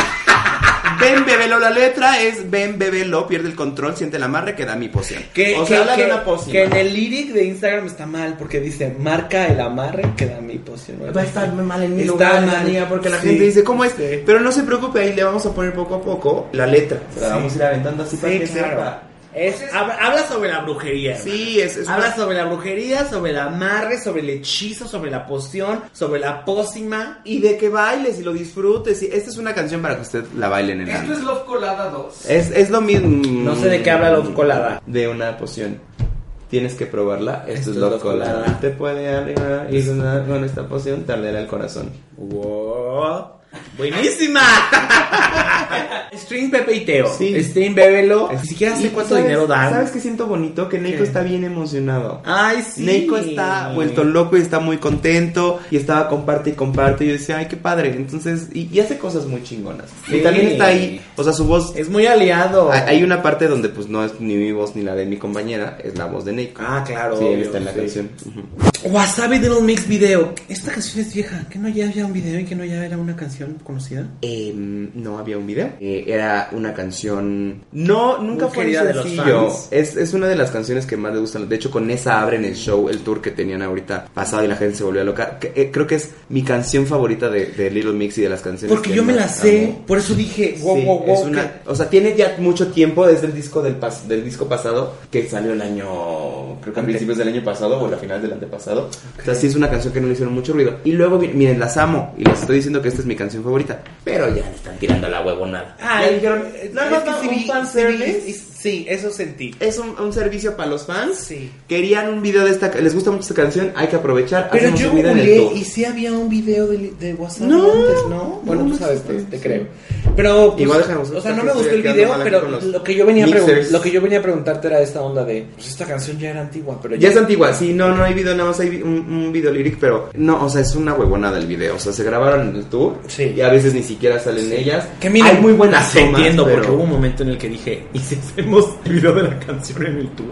[SPEAKER 2] Ven, bebelo. La letra es ven, bebelo. Pierde el control, siente el amarre que da mi poción.
[SPEAKER 1] Que,
[SPEAKER 2] o
[SPEAKER 1] que-
[SPEAKER 2] sea, habla
[SPEAKER 1] que-
[SPEAKER 2] de una pócima.
[SPEAKER 1] que en el lyric de Instagram está mal porque dice marca el amarre que da mi poción.
[SPEAKER 8] Va a estar mal en mi
[SPEAKER 1] Está
[SPEAKER 8] lugar,
[SPEAKER 1] mal.
[SPEAKER 8] amiga, porque la
[SPEAKER 1] Sí.
[SPEAKER 8] gente dice...
[SPEAKER 2] ¿Cómo es? Pero no se preocupe, ahí le vamos a poner poco a poco la letra. Se la vamos a ir aventando así para que
[SPEAKER 1] claro.
[SPEAKER 2] sepa.
[SPEAKER 1] Es- hab- habla sobre la brujería.
[SPEAKER 2] Sí, es, es
[SPEAKER 1] Habla sobre la brujería, sobre el amarre, sobre el hechizo, sobre la poción, sobre la pócima.
[SPEAKER 2] y de que bailes y lo disfrutes. Y esta es una canción para que usted la bailen en
[SPEAKER 3] Esto
[SPEAKER 2] la
[SPEAKER 3] es Love Colada 2.
[SPEAKER 2] es, es lo mismo.
[SPEAKER 1] No sé de qué habla Love Colada.
[SPEAKER 2] De una poción. Tienes que probarla.
[SPEAKER 1] Esto
[SPEAKER 2] Esto, es Love colada. Te puede arribar y sonar con esta poción te arderá el corazón.
[SPEAKER 1] ¡Wow! ¡Buenísima! String Pepe y Teo.
[SPEAKER 2] Sí.
[SPEAKER 1] String Bébelo. Ni
[SPEAKER 2] Es-
[SPEAKER 1] siquiera
[SPEAKER 2] y
[SPEAKER 1] sé cuánto
[SPEAKER 2] ¿sabes-
[SPEAKER 1] dinero dan.
[SPEAKER 2] ¿Sabes qué siento bonito? Que Neiko
[SPEAKER 1] ¿Qué?
[SPEAKER 2] está bien emocionado.
[SPEAKER 1] Ay, sí.
[SPEAKER 2] Neiko está vuelto loco y está muy contento y estaba comparte y comparte y yo decía, ay, qué padre. Entonces, y, y hace cosas muy chingonas.
[SPEAKER 1] Sí.
[SPEAKER 2] Y también está ahí, o sea, su voz
[SPEAKER 1] Es muy aliado.
[SPEAKER 2] Hay hay una parte donde pues no es ni mi voz ni la de mi compañera, es la voz de Nico.
[SPEAKER 1] Ah, claro.
[SPEAKER 2] sí, él
[SPEAKER 1] obvio,
[SPEAKER 2] está en la
[SPEAKER 1] sí.
[SPEAKER 2] canción. Ujú.
[SPEAKER 1] Wasabi Little Mix Video. Esta canción es vieja. ¿Que no ya había un video y que no ya era una canción conocida?
[SPEAKER 2] Em, no había un video. Eh, era una canción. No, nunca
[SPEAKER 1] Muy
[SPEAKER 2] fue un
[SPEAKER 1] querida de los
[SPEAKER 2] sencillo.
[SPEAKER 1] fans.
[SPEAKER 2] Es, es una de las canciones que más le gustan. De hecho, con esa abren el show, el tour que tenían ahorita pasado y la gente se volvió loca. Que- eh, creo que es mi canción favorita de, de Little Mix y de las canciones.
[SPEAKER 1] Porque
[SPEAKER 2] que
[SPEAKER 1] yo me
[SPEAKER 2] más
[SPEAKER 1] la sé.
[SPEAKER 2] amo.
[SPEAKER 1] Por eso dije, wow,
[SPEAKER 2] Sí,
[SPEAKER 1] wow, wow.
[SPEAKER 2] es una- o sea, tiene ya mucho tiempo desde el disco del, pas- del disco pasado que salió el año, creo que a principios del año pasado o la final del antepasado. O sea, sí es una canción que no le hicieron mucho ruido. Y luego, mi- miren, las amo y les estoy diciendo que esta es mi canción favorita, pero ya le están tirando la huevonada.
[SPEAKER 1] Ah,
[SPEAKER 2] Ya dijeron, nada más que sí vi- sí vi-
[SPEAKER 1] Sí, eso sentí.
[SPEAKER 2] Es un, un servicio para los fans.
[SPEAKER 1] Sí.
[SPEAKER 2] Querían un video de esta, les gusta mucho esta canción, hay que aprovechar.
[SPEAKER 1] Pero
[SPEAKER 2] hacemos
[SPEAKER 1] yo
[SPEAKER 2] un video en el
[SPEAKER 1] googleé
[SPEAKER 2] tour.
[SPEAKER 1] y sí había un video de, de WhatsApp
[SPEAKER 2] No,
[SPEAKER 1] antes, ¿no? Bueno,
[SPEAKER 2] no
[SPEAKER 1] tú sabes,
[SPEAKER 2] existe,
[SPEAKER 1] pues, te
[SPEAKER 2] sí.
[SPEAKER 1] creo. Pero, pues,
[SPEAKER 2] Igual déjame buscar
[SPEAKER 1] o sea, no
[SPEAKER 2] porque
[SPEAKER 1] me
[SPEAKER 2] estoy
[SPEAKER 1] gustó el
[SPEAKER 2] quedando
[SPEAKER 1] video,
[SPEAKER 2] mal aquí
[SPEAKER 1] pero
[SPEAKER 2] con los
[SPEAKER 1] lo que, yo venía a pregun-
[SPEAKER 2] mixers.
[SPEAKER 1] lo que yo venía a preguntarte era esta onda de, pues esta canción ya era antigua, pero
[SPEAKER 2] Ya es antigua, sí, no, no hay video, nada más hay vi- un, un video lyric, pero no, o sea, es una huevonada el video. O sea, se grabaron en el tour
[SPEAKER 1] Sí.
[SPEAKER 2] y a veces ni siquiera salen ellas.
[SPEAKER 1] Que mira,
[SPEAKER 2] hay muy buenas
[SPEAKER 1] te
[SPEAKER 2] tomas,
[SPEAKER 1] entiendo,
[SPEAKER 2] pero-
[SPEAKER 1] porque hubo un momento en el que dije, ¿y si hacemos el video de la canción en el tour?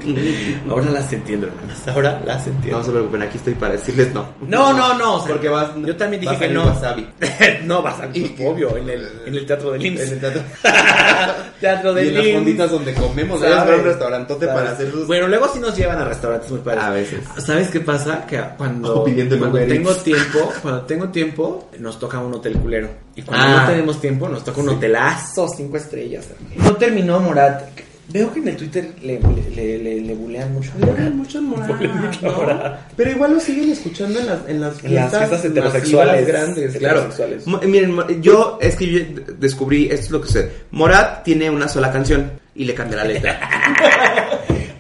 [SPEAKER 1] Ahora las entiendo, hermanas, ahora las entiendo.
[SPEAKER 2] No se preocupen, aquí estoy para decirles no.
[SPEAKER 1] No, no, no. o sea,
[SPEAKER 2] Porque vas-
[SPEAKER 1] Yo también
[SPEAKER 2] va
[SPEAKER 1] dije
[SPEAKER 2] a
[SPEAKER 1] que
[SPEAKER 2] salir
[SPEAKER 1] no.
[SPEAKER 2] wasabi.
[SPEAKER 1] no, vas a salir, obvio, en el, en el teatro del IMSS.
[SPEAKER 2] En el teatro.
[SPEAKER 1] teatro
[SPEAKER 2] y
[SPEAKER 1] del
[SPEAKER 2] en las
[SPEAKER 1] IMSS.
[SPEAKER 2] fonditas donde comemos,
[SPEAKER 1] ¿Sabes?
[SPEAKER 2] ellas van a un restaurante
[SPEAKER 1] Pues, ¿Sabes?
[SPEAKER 2] para hacer sus...
[SPEAKER 1] Bueno, luego sí nos llevan a restaurantes muy padres.
[SPEAKER 2] A veces.
[SPEAKER 1] ¿Sabes qué pasa? Que cuando,
[SPEAKER 2] O pidiendo el
[SPEAKER 1] cuando
[SPEAKER 2] Uber
[SPEAKER 1] tengo
[SPEAKER 2] Eats.
[SPEAKER 1] tiempo, cuando tengo tiempo, nos toca un hotel culero. Y cuando
[SPEAKER 2] Ah.
[SPEAKER 1] no tenemos tiempo, nos toca un hotelazo, cinco estrellas. No terminó Morat. Veo que en el Twitter le, le, le, le- le bulean mucho. a Morat.
[SPEAKER 2] mucho Pero igual lo siguen escuchando en las, en las
[SPEAKER 1] En las
[SPEAKER 2] fiestas
[SPEAKER 1] fiestas heterosexuales.
[SPEAKER 2] masivas grandes, claro.
[SPEAKER 1] Heterosexuales.
[SPEAKER 2] Mo- Miren, mo- yo es que yo descubrí, esto es lo que sé. Morat tiene una sola canción y le cambia la letra.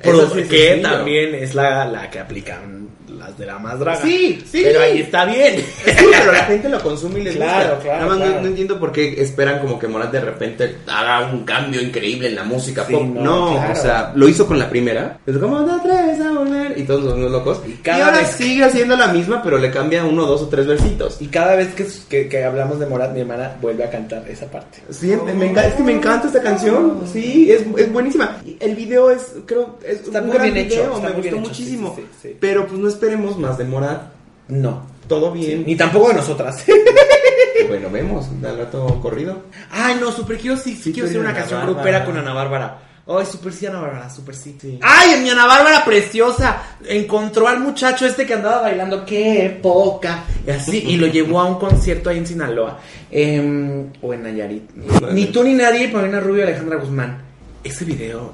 [SPEAKER 2] Eso sí
[SPEAKER 1] Porque
[SPEAKER 2] es sencillo.
[SPEAKER 1] también es la, la que aplican las de la más draga.
[SPEAKER 2] Sí, sí.
[SPEAKER 1] Pero ahí está bien.
[SPEAKER 2] Sí, pero la gente lo consume y les
[SPEAKER 1] Claro,
[SPEAKER 2] gusta.
[SPEAKER 1] claro,
[SPEAKER 2] Nada más no-
[SPEAKER 1] claro.
[SPEAKER 2] No, entiendo por qué esperan como que Morat de repente haga un cambio increíble en la música
[SPEAKER 1] Sí,
[SPEAKER 2] pop.
[SPEAKER 1] no,
[SPEAKER 2] No,
[SPEAKER 1] claro.
[SPEAKER 2] o sea, lo hizo con la primera. Es como "No te atreves a volver", y todos los unos locos.
[SPEAKER 1] Y
[SPEAKER 2] Y,
[SPEAKER 1] cada
[SPEAKER 2] ahora
[SPEAKER 1] vez-
[SPEAKER 2] sigue haciendo la misma, pero le cambia uno, dos o tres versitos.
[SPEAKER 1] Y cada vez que, que- que hablamos de Morat, mi hermana vuelve a cantar esa parte.
[SPEAKER 2] Siempre, me encanta, es que me encanta esta canción. Sí, es, es buenísima. Y El video es, creo, es
[SPEAKER 1] Está
[SPEAKER 2] un
[SPEAKER 1] muy
[SPEAKER 2] gran
[SPEAKER 1] bien hecho,
[SPEAKER 2] video,
[SPEAKER 1] está
[SPEAKER 2] me
[SPEAKER 1] muy bien
[SPEAKER 2] gustó
[SPEAKER 1] hecho, sí,
[SPEAKER 2] muchísimo.
[SPEAKER 1] sí, sí, sí.
[SPEAKER 2] Pero pues no esperemos más de Morat.
[SPEAKER 1] No.
[SPEAKER 2] Todo bien.
[SPEAKER 1] Ni tampoco de nosotras.
[SPEAKER 2] Bueno, vemos, al rato corrido.
[SPEAKER 1] Ay, Ah, no, super quiero sí,
[SPEAKER 2] Sí,
[SPEAKER 1] quiero hacer
[SPEAKER 2] quiero
[SPEAKER 1] una
[SPEAKER 2] Ana
[SPEAKER 1] canción
[SPEAKER 2] Bárbara.
[SPEAKER 1] grupera con Ana Bárbara. Ay, super sí, Ana Bárbara, super sí. Ay, mi Ana Bárbara preciosa. Encontró al muchacho este que andaba bailando, qué poca. Y así, y lo llevó a un concierto ahí en Sinaloa. Em, o en Nayarit. Ni tú ni nadie, Paulina Rubio y Alejandra Guzmán. Ese video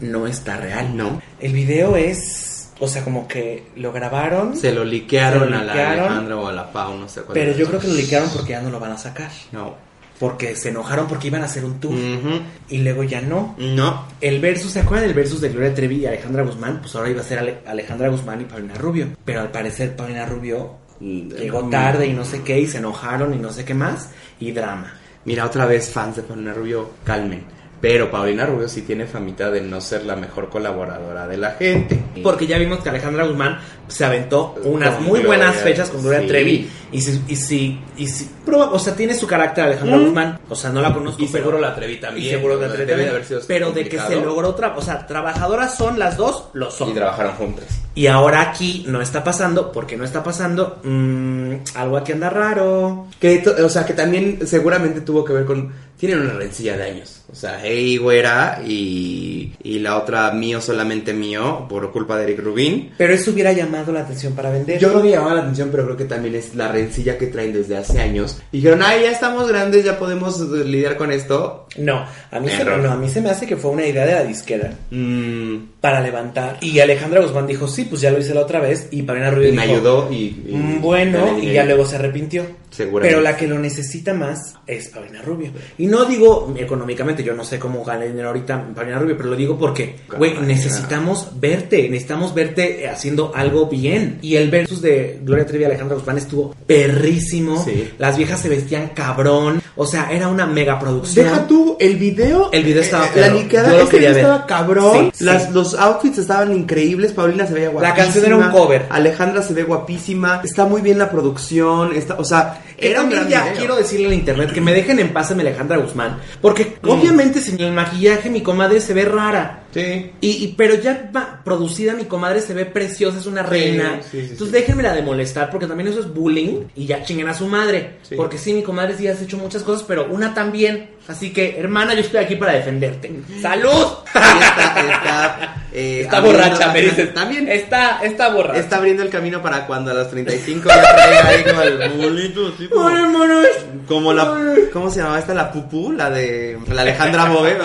[SPEAKER 1] no está real.
[SPEAKER 2] Ah, No.
[SPEAKER 1] El video es, o sea, como que lo grabaron.
[SPEAKER 2] Se lo liquearon,
[SPEAKER 1] Se lo
[SPEAKER 2] a la
[SPEAKER 1] liquearon.
[SPEAKER 2] Alejandra o a la Pau, no sé cuál.
[SPEAKER 1] Pero
[SPEAKER 2] era.
[SPEAKER 1] yo creo que lo liquearon porque ya no lo van a sacar.
[SPEAKER 2] No.
[SPEAKER 1] Porque se enojaron porque iban a hacer un tour.
[SPEAKER 2] Ujú.
[SPEAKER 1] Y luego ya no.
[SPEAKER 2] No.
[SPEAKER 1] El versus, ¿se acuerdan del versus de Gloria Trevi y Alejandra Guzmán? Pues ahora iba a ser Ale- Alejandra Guzmán y Paulina Rubio. Pero al parecer Paulina Rubio
[SPEAKER 2] Mm,
[SPEAKER 1] llegó tarde y no sé qué y se enojaron y no sé qué más. Y drama.
[SPEAKER 2] Mira, otra vez fans de Paulina Rubio, calmen. Pero Paulina Rubio sí tiene famita de no ser la mejor colaboradora de la gente.
[SPEAKER 1] Porque ya vimos que Alejandra Guzmán se aventó unas
[SPEAKER 2] Con
[SPEAKER 1] muy buenas
[SPEAKER 2] Gloria,
[SPEAKER 1] fechas con Gloria
[SPEAKER 2] sí.
[SPEAKER 1] Trevi. Y si, y si, y si, proba- o sea, tiene su carácter Alejandra Guzmán. O sea, no la conozco.
[SPEAKER 5] Y seguro
[SPEAKER 1] pero-
[SPEAKER 5] la Trevi también,
[SPEAKER 1] Y seguro la
[SPEAKER 2] ¿no?
[SPEAKER 1] Trevi
[SPEAKER 2] Debe de
[SPEAKER 1] también.
[SPEAKER 2] haber sido
[SPEAKER 1] Pero de que se
[SPEAKER 2] complicado.
[SPEAKER 1] logró otra. O sea, trabajadoras son las dos, lo son.
[SPEAKER 2] Y trabajaron juntas.
[SPEAKER 1] Y ahora aquí no está pasando, porque no está pasando, Mm, algo aquí anda raro.
[SPEAKER 2] Que, to- o sea, que también seguramente tuvo que ver con... Tienen una rencilla de años. O sea, Hey Güera y, y la otra Mío Solamente Mío por culpa de Eric Rubin.
[SPEAKER 1] Pero eso hubiera llamado la atención para vender.
[SPEAKER 2] Yo creo que llamaba la atención, pero creo que también es la rencilla que traen desde hace años. Dijeron, ay, ya estamos grandes, ya podemos eh, lidiar con esto.
[SPEAKER 1] No, a mí, se,
[SPEAKER 2] Error.
[SPEAKER 1] no, a mí se me hace que fue una idea de la disquera
[SPEAKER 2] Mm,
[SPEAKER 1] para levantar. Y Alejandra Guzmán dijo, sí, pues ya lo hice la otra vez. Y Paulina
[SPEAKER 2] y
[SPEAKER 1] Rubio
[SPEAKER 2] me
[SPEAKER 1] dijo,
[SPEAKER 2] ayudó y... y-
[SPEAKER 1] "Mm, bueno, y ya luego se arrepintió.
[SPEAKER 2] Seguramente.
[SPEAKER 1] Pero la que lo necesita más es Paulina Rubio. Y no digo económicamente, yo no sé cómo gana dinero ahorita Paulina Rubio, pero lo digo porque, güey,
[SPEAKER 2] Caray,
[SPEAKER 1] necesitamos verte, necesitamos verte haciendo algo bien. Y el versus de Gloria Trevi y Alejandra Guzmán estuvo perrísimo.
[SPEAKER 2] Sí.
[SPEAKER 1] Las viejas se vestían cabrón. O sea, era una mega producción.
[SPEAKER 2] Deja tú el video.
[SPEAKER 1] El video estaba
[SPEAKER 2] eh, La
[SPEAKER 1] perro.
[SPEAKER 2] liqueada
[SPEAKER 1] Yo lo
[SPEAKER 2] este
[SPEAKER 1] quería
[SPEAKER 2] video
[SPEAKER 1] ver.
[SPEAKER 2] estaba cabrón.
[SPEAKER 1] Sí,
[SPEAKER 2] Las,
[SPEAKER 1] sí.
[SPEAKER 2] Los outfits estaban increíbles. Paulina se veía guapísima.
[SPEAKER 1] canción era un cover.
[SPEAKER 2] Alejandra se ve guapísima. Está muy bien la producción. Está, o sea,
[SPEAKER 1] Era
[SPEAKER 2] era un gran
[SPEAKER 1] ya
[SPEAKER 2] video.
[SPEAKER 1] quiero decirle al internet que me dejen en paz a mi Alejandra Guzmán. Porque
[SPEAKER 2] Mm.
[SPEAKER 1] obviamente sin el maquillaje mi comadre se ve rara.
[SPEAKER 2] Sí.
[SPEAKER 1] Y, y- pero ya va- producida mi comadre se ve preciosa, es una reina.
[SPEAKER 2] sí, sí,
[SPEAKER 1] Entonces
[SPEAKER 2] sí.
[SPEAKER 1] déjenmela de molestar porque también eso es bullying y ya chinguen a su madre.
[SPEAKER 2] Sí.
[SPEAKER 1] Porque sí, mi comadre sí has hecho muchas cosas, pero una también. Así que, hermana, yo estoy aquí para defenderte. ¡Salud!
[SPEAKER 2] Ahí Está, está, eh,
[SPEAKER 1] Está
[SPEAKER 2] abriendo-
[SPEAKER 1] borracha, me dices.
[SPEAKER 2] También.
[SPEAKER 1] Está, está borracha.
[SPEAKER 2] Está abriendo el camino para cuando a los 35 ya traiga ahí como el bulito, así como,
[SPEAKER 1] Ay, hermano, es-
[SPEAKER 2] como la... ¿Cómo se llamaba esta? La pupú, la de la Alejandra Bove.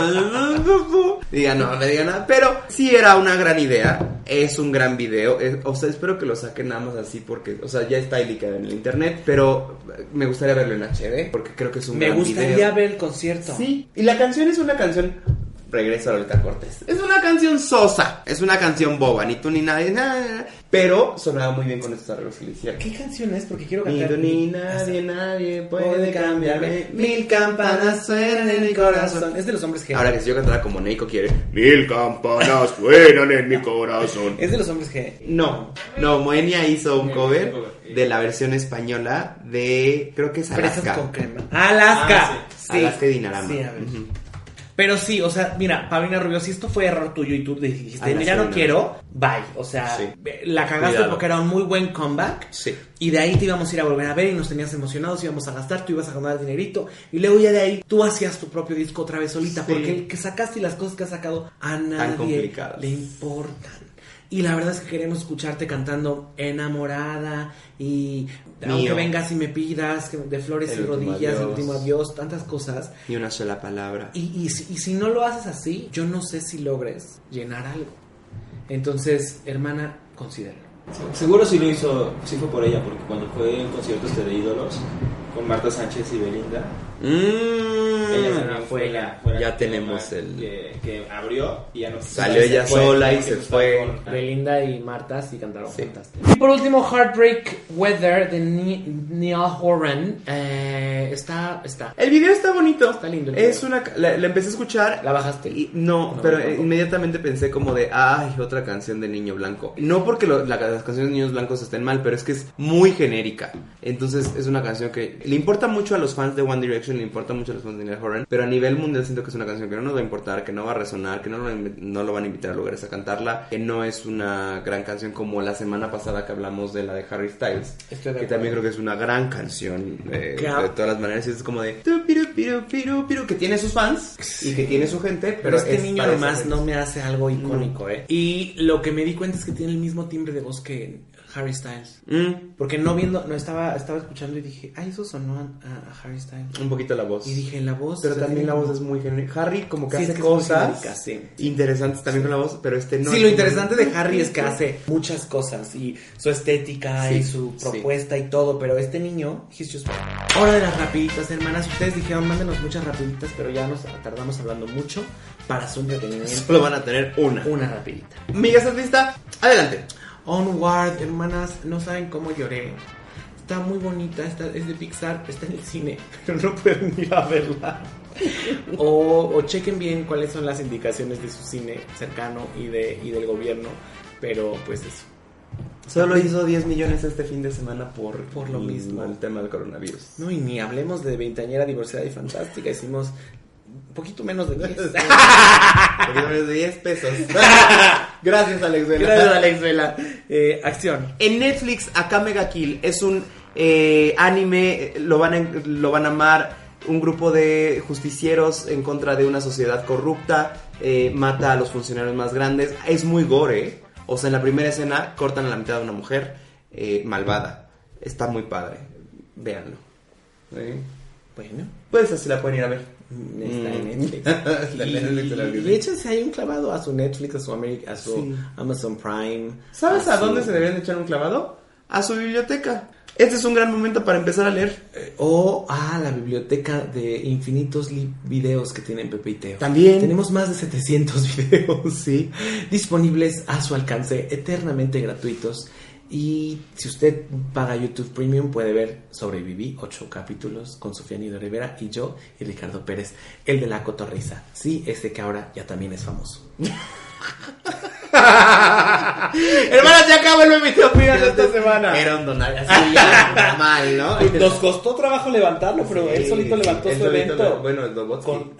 [SPEAKER 2] Pupú. Diga, no, me diga nada. Pero sí era una gran idea. Es un gran video. es- o sea, espero que lo saquen nada más así porque, o sea, ya está ilicada en el internet. Pero me gustaría verlo en HD porque creo que es un
[SPEAKER 1] Me
[SPEAKER 2] gran
[SPEAKER 1] gustaría
[SPEAKER 2] video.
[SPEAKER 1] ver el concierto.
[SPEAKER 2] Sí, y la canción es una canción. Regreso a Lolita Cortés. Es una canción sosa, es una canción boba, ni tú ni nadie, na, na, na. pero sonaba muy bien con estos arreglos que le hicieron.
[SPEAKER 1] ¿Qué canción es? Porque quiero
[SPEAKER 2] Ni
[SPEAKER 1] cantar.
[SPEAKER 2] tú ni nadie, nadie puede cambiarme. Mil
[SPEAKER 1] campanas
[SPEAKER 2] suenan en mi corazón.
[SPEAKER 1] Es de los hombres G.
[SPEAKER 2] Ahora que si yo cantara como Neiko quiere.
[SPEAKER 8] Mil campanas suenan en mi corazón.
[SPEAKER 1] Es de los hombres G.
[SPEAKER 2] No, no, Moenia hizo un cover
[SPEAKER 5] hizo un cover.
[SPEAKER 2] de la versión española de. Creo que es
[SPEAKER 1] Fresas con
[SPEAKER 2] Alaska.
[SPEAKER 1] crema. Alaska.
[SPEAKER 5] Ah,
[SPEAKER 1] sí.
[SPEAKER 2] Alaska y Dinarama.
[SPEAKER 1] Sí, a ver.
[SPEAKER 2] Ujú.
[SPEAKER 1] Pero sí, o sea, mira, Paulina Rubio, si esto fue error tuyo y tú dijiste,
[SPEAKER 2] Alaska
[SPEAKER 1] mira, no
[SPEAKER 2] Dinarama.
[SPEAKER 1] quiero, bye. O sea,
[SPEAKER 2] Sí.
[SPEAKER 1] la cagaste
[SPEAKER 2] Cuidado.
[SPEAKER 1] porque era un muy buen comeback.
[SPEAKER 2] Sí.
[SPEAKER 1] Y de ahí te íbamos a ir a volver a ver y nos tenías emocionados, íbamos a gastar, tú ibas a ganar dinerito. Y luego ya de ahí tú hacías tu propio disco otra vez solita.
[SPEAKER 2] Sí.
[SPEAKER 1] Porque el que sacaste y las cosas que has sacado a nadie
[SPEAKER 2] complicadas.
[SPEAKER 1] le importan. Y la verdad es que queremos escucharte cantando enamorada y
[SPEAKER 2] Mío.
[SPEAKER 1] aunque vengas y me pidas que- de flores
[SPEAKER 2] El
[SPEAKER 1] y
[SPEAKER 2] último
[SPEAKER 1] rodillas, el
[SPEAKER 2] adiós.
[SPEAKER 1] último adiós, tantas cosas.
[SPEAKER 2] Ni una sola palabra.
[SPEAKER 1] Y, y si- y si no lo haces así, yo no sé si logres llenar algo. Entonces, hermana, considéralo.
[SPEAKER 5] Seguro sí lo hizo, sí fue por ella, porque cuando fue en conciertos de ídolos con Marta Sánchez y Belinda,
[SPEAKER 2] Mm.
[SPEAKER 5] ella fue la. fue la
[SPEAKER 2] Ya
[SPEAKER 5] que-
[SPEAKER 2] tenemos el-
[SPEAKER 5] Que, que abrió y ya no
[SPEAKER 2] Salió ella sola y se fue.
[SPEAKER 1] Belinda y Marta sí cantaron
[SPEAKER 2] Sí.
[SPEAKER 1] juntas. Y por último, Heartbreak Weather de Ni- Neil Horan. eh, está, está.
[SPEAKER 2] El video está bonito.
[SPEAKER 1] Está lindo el
[SPEAKER 2] Es
[SPEAKER 1] video.
[SPEAKER 2] una ca- la, la empecé a escuchar.
[SPEAKER 1] La bajaste.
[SPEAKER 2] y- no,
[SPEAKER 1] No,
[SPEAKER 2] pero
[SPEAKER 1] no,
[SPEAKER 2] eh,
[SPEAKER 1] no.
[SPEAKER 2] inmediatamente pensé como de, ay, otra canción de Niño Blanco. No porque lo- la- las canciones de Niños Blancos estén mal, pero es que es muy genérica. Entonces es una canción que le importa mucho a los fans de One Direction, le importa mucho a los fans de Neil Horan, pero a nivel mundial siento que es una canción que no nos va a importar, que no va a resonar, que no lo, inv- no lo van a invitar a lugares a cantarla, que no es una gran canción como la semana pasada que hablamos de la de Harry Styles,
[SPEAKER 1] Estoy de
[SPEAKER 2] que
[SPEAKER 1] acuerdo.
[SPEAKER 2] también creo que es una gran canción. eh,
[SPEAKER 1] Claro.
[SPEAKER 2] de todas las maneras y es como de tu, piru, piru, piru, piru, que tiene sus fans y que tiene su gente
[SPEAKER 1] Pero
[SPEAKER 2] pero
[SPEAKER 1] este
[SPEAKER 2] es
[SPEAKER 1] niño
[SPEAKER 2] para
[SPEAKER 1] además
[SPEAKER 2] esas
[SPEAKER 1] no
[SPEAKER 2] veces.
[SPEAKER 1] me hace algo icónico, ¿eh? Y lo que me di cuenta es que tiene el mismo timbre de voz que Harry Styles.
[SPEAKER 2] Mm,
[SPEAKER 1] Porque no viendo, no estaba, estaba escuchando y dije, ah, eso sonó a, a- a Harry Styles.
[SPEAKER 2] un poquito la voz
[SPEAKER 1] Y dije, la voz.
[SPEAKER 2] pero
[SPEAKER 1] o sea,
[SPEAKER 2] también la
[SPEAKER 1] tiene-
[SPEAKER 2] voz es muy genérica Harry como que
[SPEAKER 1] Sí, es
[SPEAKER 2] hace
[SPEAKER 1] que es muy genérica,
[SPEAKER 2] cosas
[SPEAKER 1] sí.
[SPEAKER 2] interesantes también con la voz pero este no
[SPEAKER 1] sí,
[SPEAKER 2] es
[SPEAKER 1] lo
[SPEAKER 2] como-
[SPEAKER 1] interesante de Harry es que hace muchas cosas y su estética y
[SPEAKER 2] Sí,
[SPEAKER 1] su
[SPEAKER 2] sí.
[SPEAKER 1] propuesta y todo, pero este niño, he's just... Hora de las rapiditas, hermanas. Ustedes dijeron, mándenos muchas rapiditas, pero ya nos tardamos hablando mucho para su entretenimiento.
[SPEAKER 2] solo van a tener una
[SPEAKER 1] Una rapidita.
[SPEAKER 2] migas artista adelante
[SPEAKER 1] Onward, hermanas, no saben cómo lloré. Está muy bonita, está, es de Pixar, está en el cine, pero no pueden ir a verla. O, o chequen bien cuáles son las indicaciones de su cine cercano y, de, y del gobierno Pero pues eso.
[SPEAKER 2] Solo hizo 10 millones este fin de semana por,
[SPEAKER 1] Por lo mismo.
[SPEAKER 2] El tema del coronavirus.
[SPEAKER 1] No, y ni hablemos de veinteañera diversidad y fantástica. Hicimos un poquito menos de 10.
[SPEAKER 2] Porque son de 10 pesos. Gracias, Alex Vela.
[SPEAKER 1] Gracias, Alex Vela. Eh, acción.
[SPEAKER 2] En Netflix, Akame ga Kill es un eh, anime, eh, lo van, a, lo van a amar. Un grupo de justicieros en contra de una sociedad corrupta eh, mata a los funcionarios más grandes. Es muy gore. ¿eh? O sea, en la primera escena cortan a la mitad de una mujer eh, malvada. Está muy padre. Véanlo. ¿Sí?
[SPEAKER 1] Bueno,
[SPEAKER 2] Pues así la pueden ir a ver.
[SPEAKER 1] está en
[SPEAKER 2] Mm.
[SPEAKER 1] Netflix.
[SPEAKER 8] La Netflix de la
[SPEAKER 1] Y, y
[SPEAKER 8] Biblia.
[SPEAKER 1] échense ahí un clavado a su Netflix, a su, Ameri- a su
[SPEAKER 2] Sí.
[SPEAKER 1] Amazon Prime.
[SPEAKER 2] ¿Sabes a
[SPEAKER 1] su-
[SPEAKER 2] dónde se deberían echar un clavado? A su biblioteca. Este es un gran momento para empezar a leer.
[SPEAKER 1] Eh, O a la biblioteca de infinitos li- videos que tienen Pepe y Teo.
[SPEAKER 2] También.
[SPEAKER 1] Tenemos más de 700 videos, sí, disponibles a su alcance, eternamente gratuitos. Y si usted paga YouTube Premium, puede ver Sobreviví, ocho capítulos, con Sofía Nido Rivera y yo y Ricardo Pérez, el de la cotorriza. Sí, ese que ahora ya también es famoso.
[SPEAKER 2] Hermanas, ya acabó el Baby Teo Pidas esta semana.
[SPEAKER 8] Era un donario así, ya, mal, ¿no?
[SPEAKER 1] Nos
[SPEAKER 2] Este,
[SPEAKER 1] costó trabajo levantarlo, pero él solito levantó
[SPEAKER 2] El
[SPEAKER 1] su
[SPEAKER 2] solito
[SPEAKER 1] evento.
[SPEAKER 2] le- Bueno, el Dobotsky.
[SPEAKER 1] Con-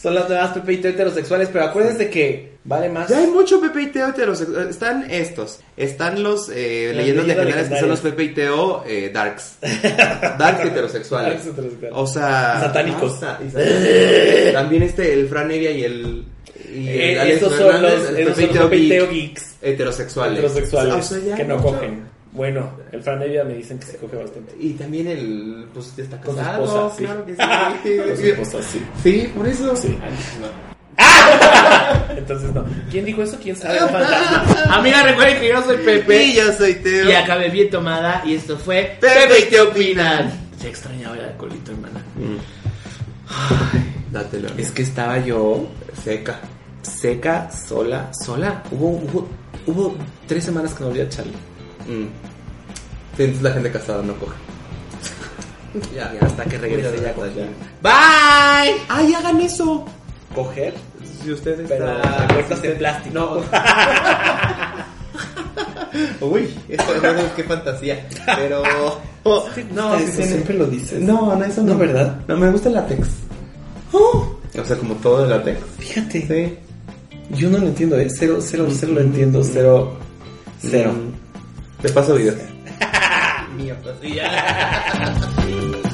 [SPEAKER 1] Son las nuevas Pepe y Teo heterosexuales, pero acuérdense que vale más.
[SPEAKER 2] Ah, Ya hay mucho Pepe y Teo heterosexual. Están estos. Están los eh,
[SPEAKER 1] Las
[SPEAKER 2] leyendas
[SPEAKER 1] leyendas
[SPEAKER 2] legendarias que son los Pepe y Teo eh, darks. Darks heterosexuales.
[SPEAKER 1] Darks heterosexuales.
[SPEAKER 2] O sea...
[SPEAKER 1] Satánicos.
[SPEAKER 2] ah, sa- y satánicos. También este, el Fran Evia y el... Y el
[SPEAKER 1] Eh,
[SPEAKER 2] Alex
[SPEAKER 1] esos son
[SPEAKER 2] Fernández,
[SPEAKER 1] los,
[SPEAKER 2] el
[SPEAKER 1] esos son los
[SPEAKER 2] Teo
[SPEAKER 1] Pepe y
[SPEAKER 2] geek,
[SPEAKER 1] Teo geeks
[SPEAKER 2] Heterosexuales.
[SPEAKER 1] heterosexuales
[SPEAKER 2] Ah, O sea, ya
[SPEAKER 1] que no
[SPEAKER 2] mucho-
[SPEAKER 1] cogen. Bueno, el Fran Evia me dicen que se coge bastante.
[SPEAKER 2] Y también el... Pues está
[SPEAKER 1] Con su
[SPEAKER 2] casado,
[SPEAKER 1] esposa, sí.
[SPEAKER 2] claro que sí.
[SPEAKER 1] Con su esposa, sí.
[SPEAKER 2] Sí, por eso.
[SPEAKER 1] Entonces, no. ¿Quién dijo eso? ¿Quién sabe? Un fantasma.
[SPEAKER 8] Amiga, recuerden que yo soy Pepe.
[SPEAKER 2] Y yo soy Teo.
[SPEAKER 8] Y acabé bien tomada y esto fue
[SPEAKER 2] Pepe y Teo opinan.
[SPEAKER 1] Se extrañaba el alcoholito, hermana.
[SPEAKER 2] Dátelo.
[SPEAKER 1] Es que estaba yo
[SPEAKER 2] seca.
[SPEAKER 1] seca, sola, sola. Hubo, hubo, hubo tres semanas que no volví a Charlie.
[SPEAKER 2] Mm. Sí, entonces la gente casada no coge.
[SPEAKER 1] Ya, hasta que regrese ya con
[SPEAKER 2] ¡Bye! ¡Ay, hagan eso!
[SPEAKER 1] Coger,
[SPEAKER 2] Si ustedes
[SPEAKER 1] pero la puerta es de plástico.
[SPEAKER 2] No. Uy, esto es qué fantasía. Pero.
[SPEAKER 1] no,
[SPEAKER 2] sí tiene-
[SPEAKER 1] siempre lo dices.
[SPEAKER 2] No, no, eso no.
[SPEAKER 1] No, ¿verdad? ¡Oh!
[SPEAKER 2] No, me gusta el látex. O sea, como todo el látex.
[SPEAKER 1] Fíjate.
[SPEAKER 2] Sí.
[SPEAKER 1] Yo no lo entiendo, ¿eh? Cero, cero, cero lo entiendo. Cero, cero.
[SPEAKER 2] Mm. Te paso videos.
[SPEAKER 8] Mierda, sí, ya.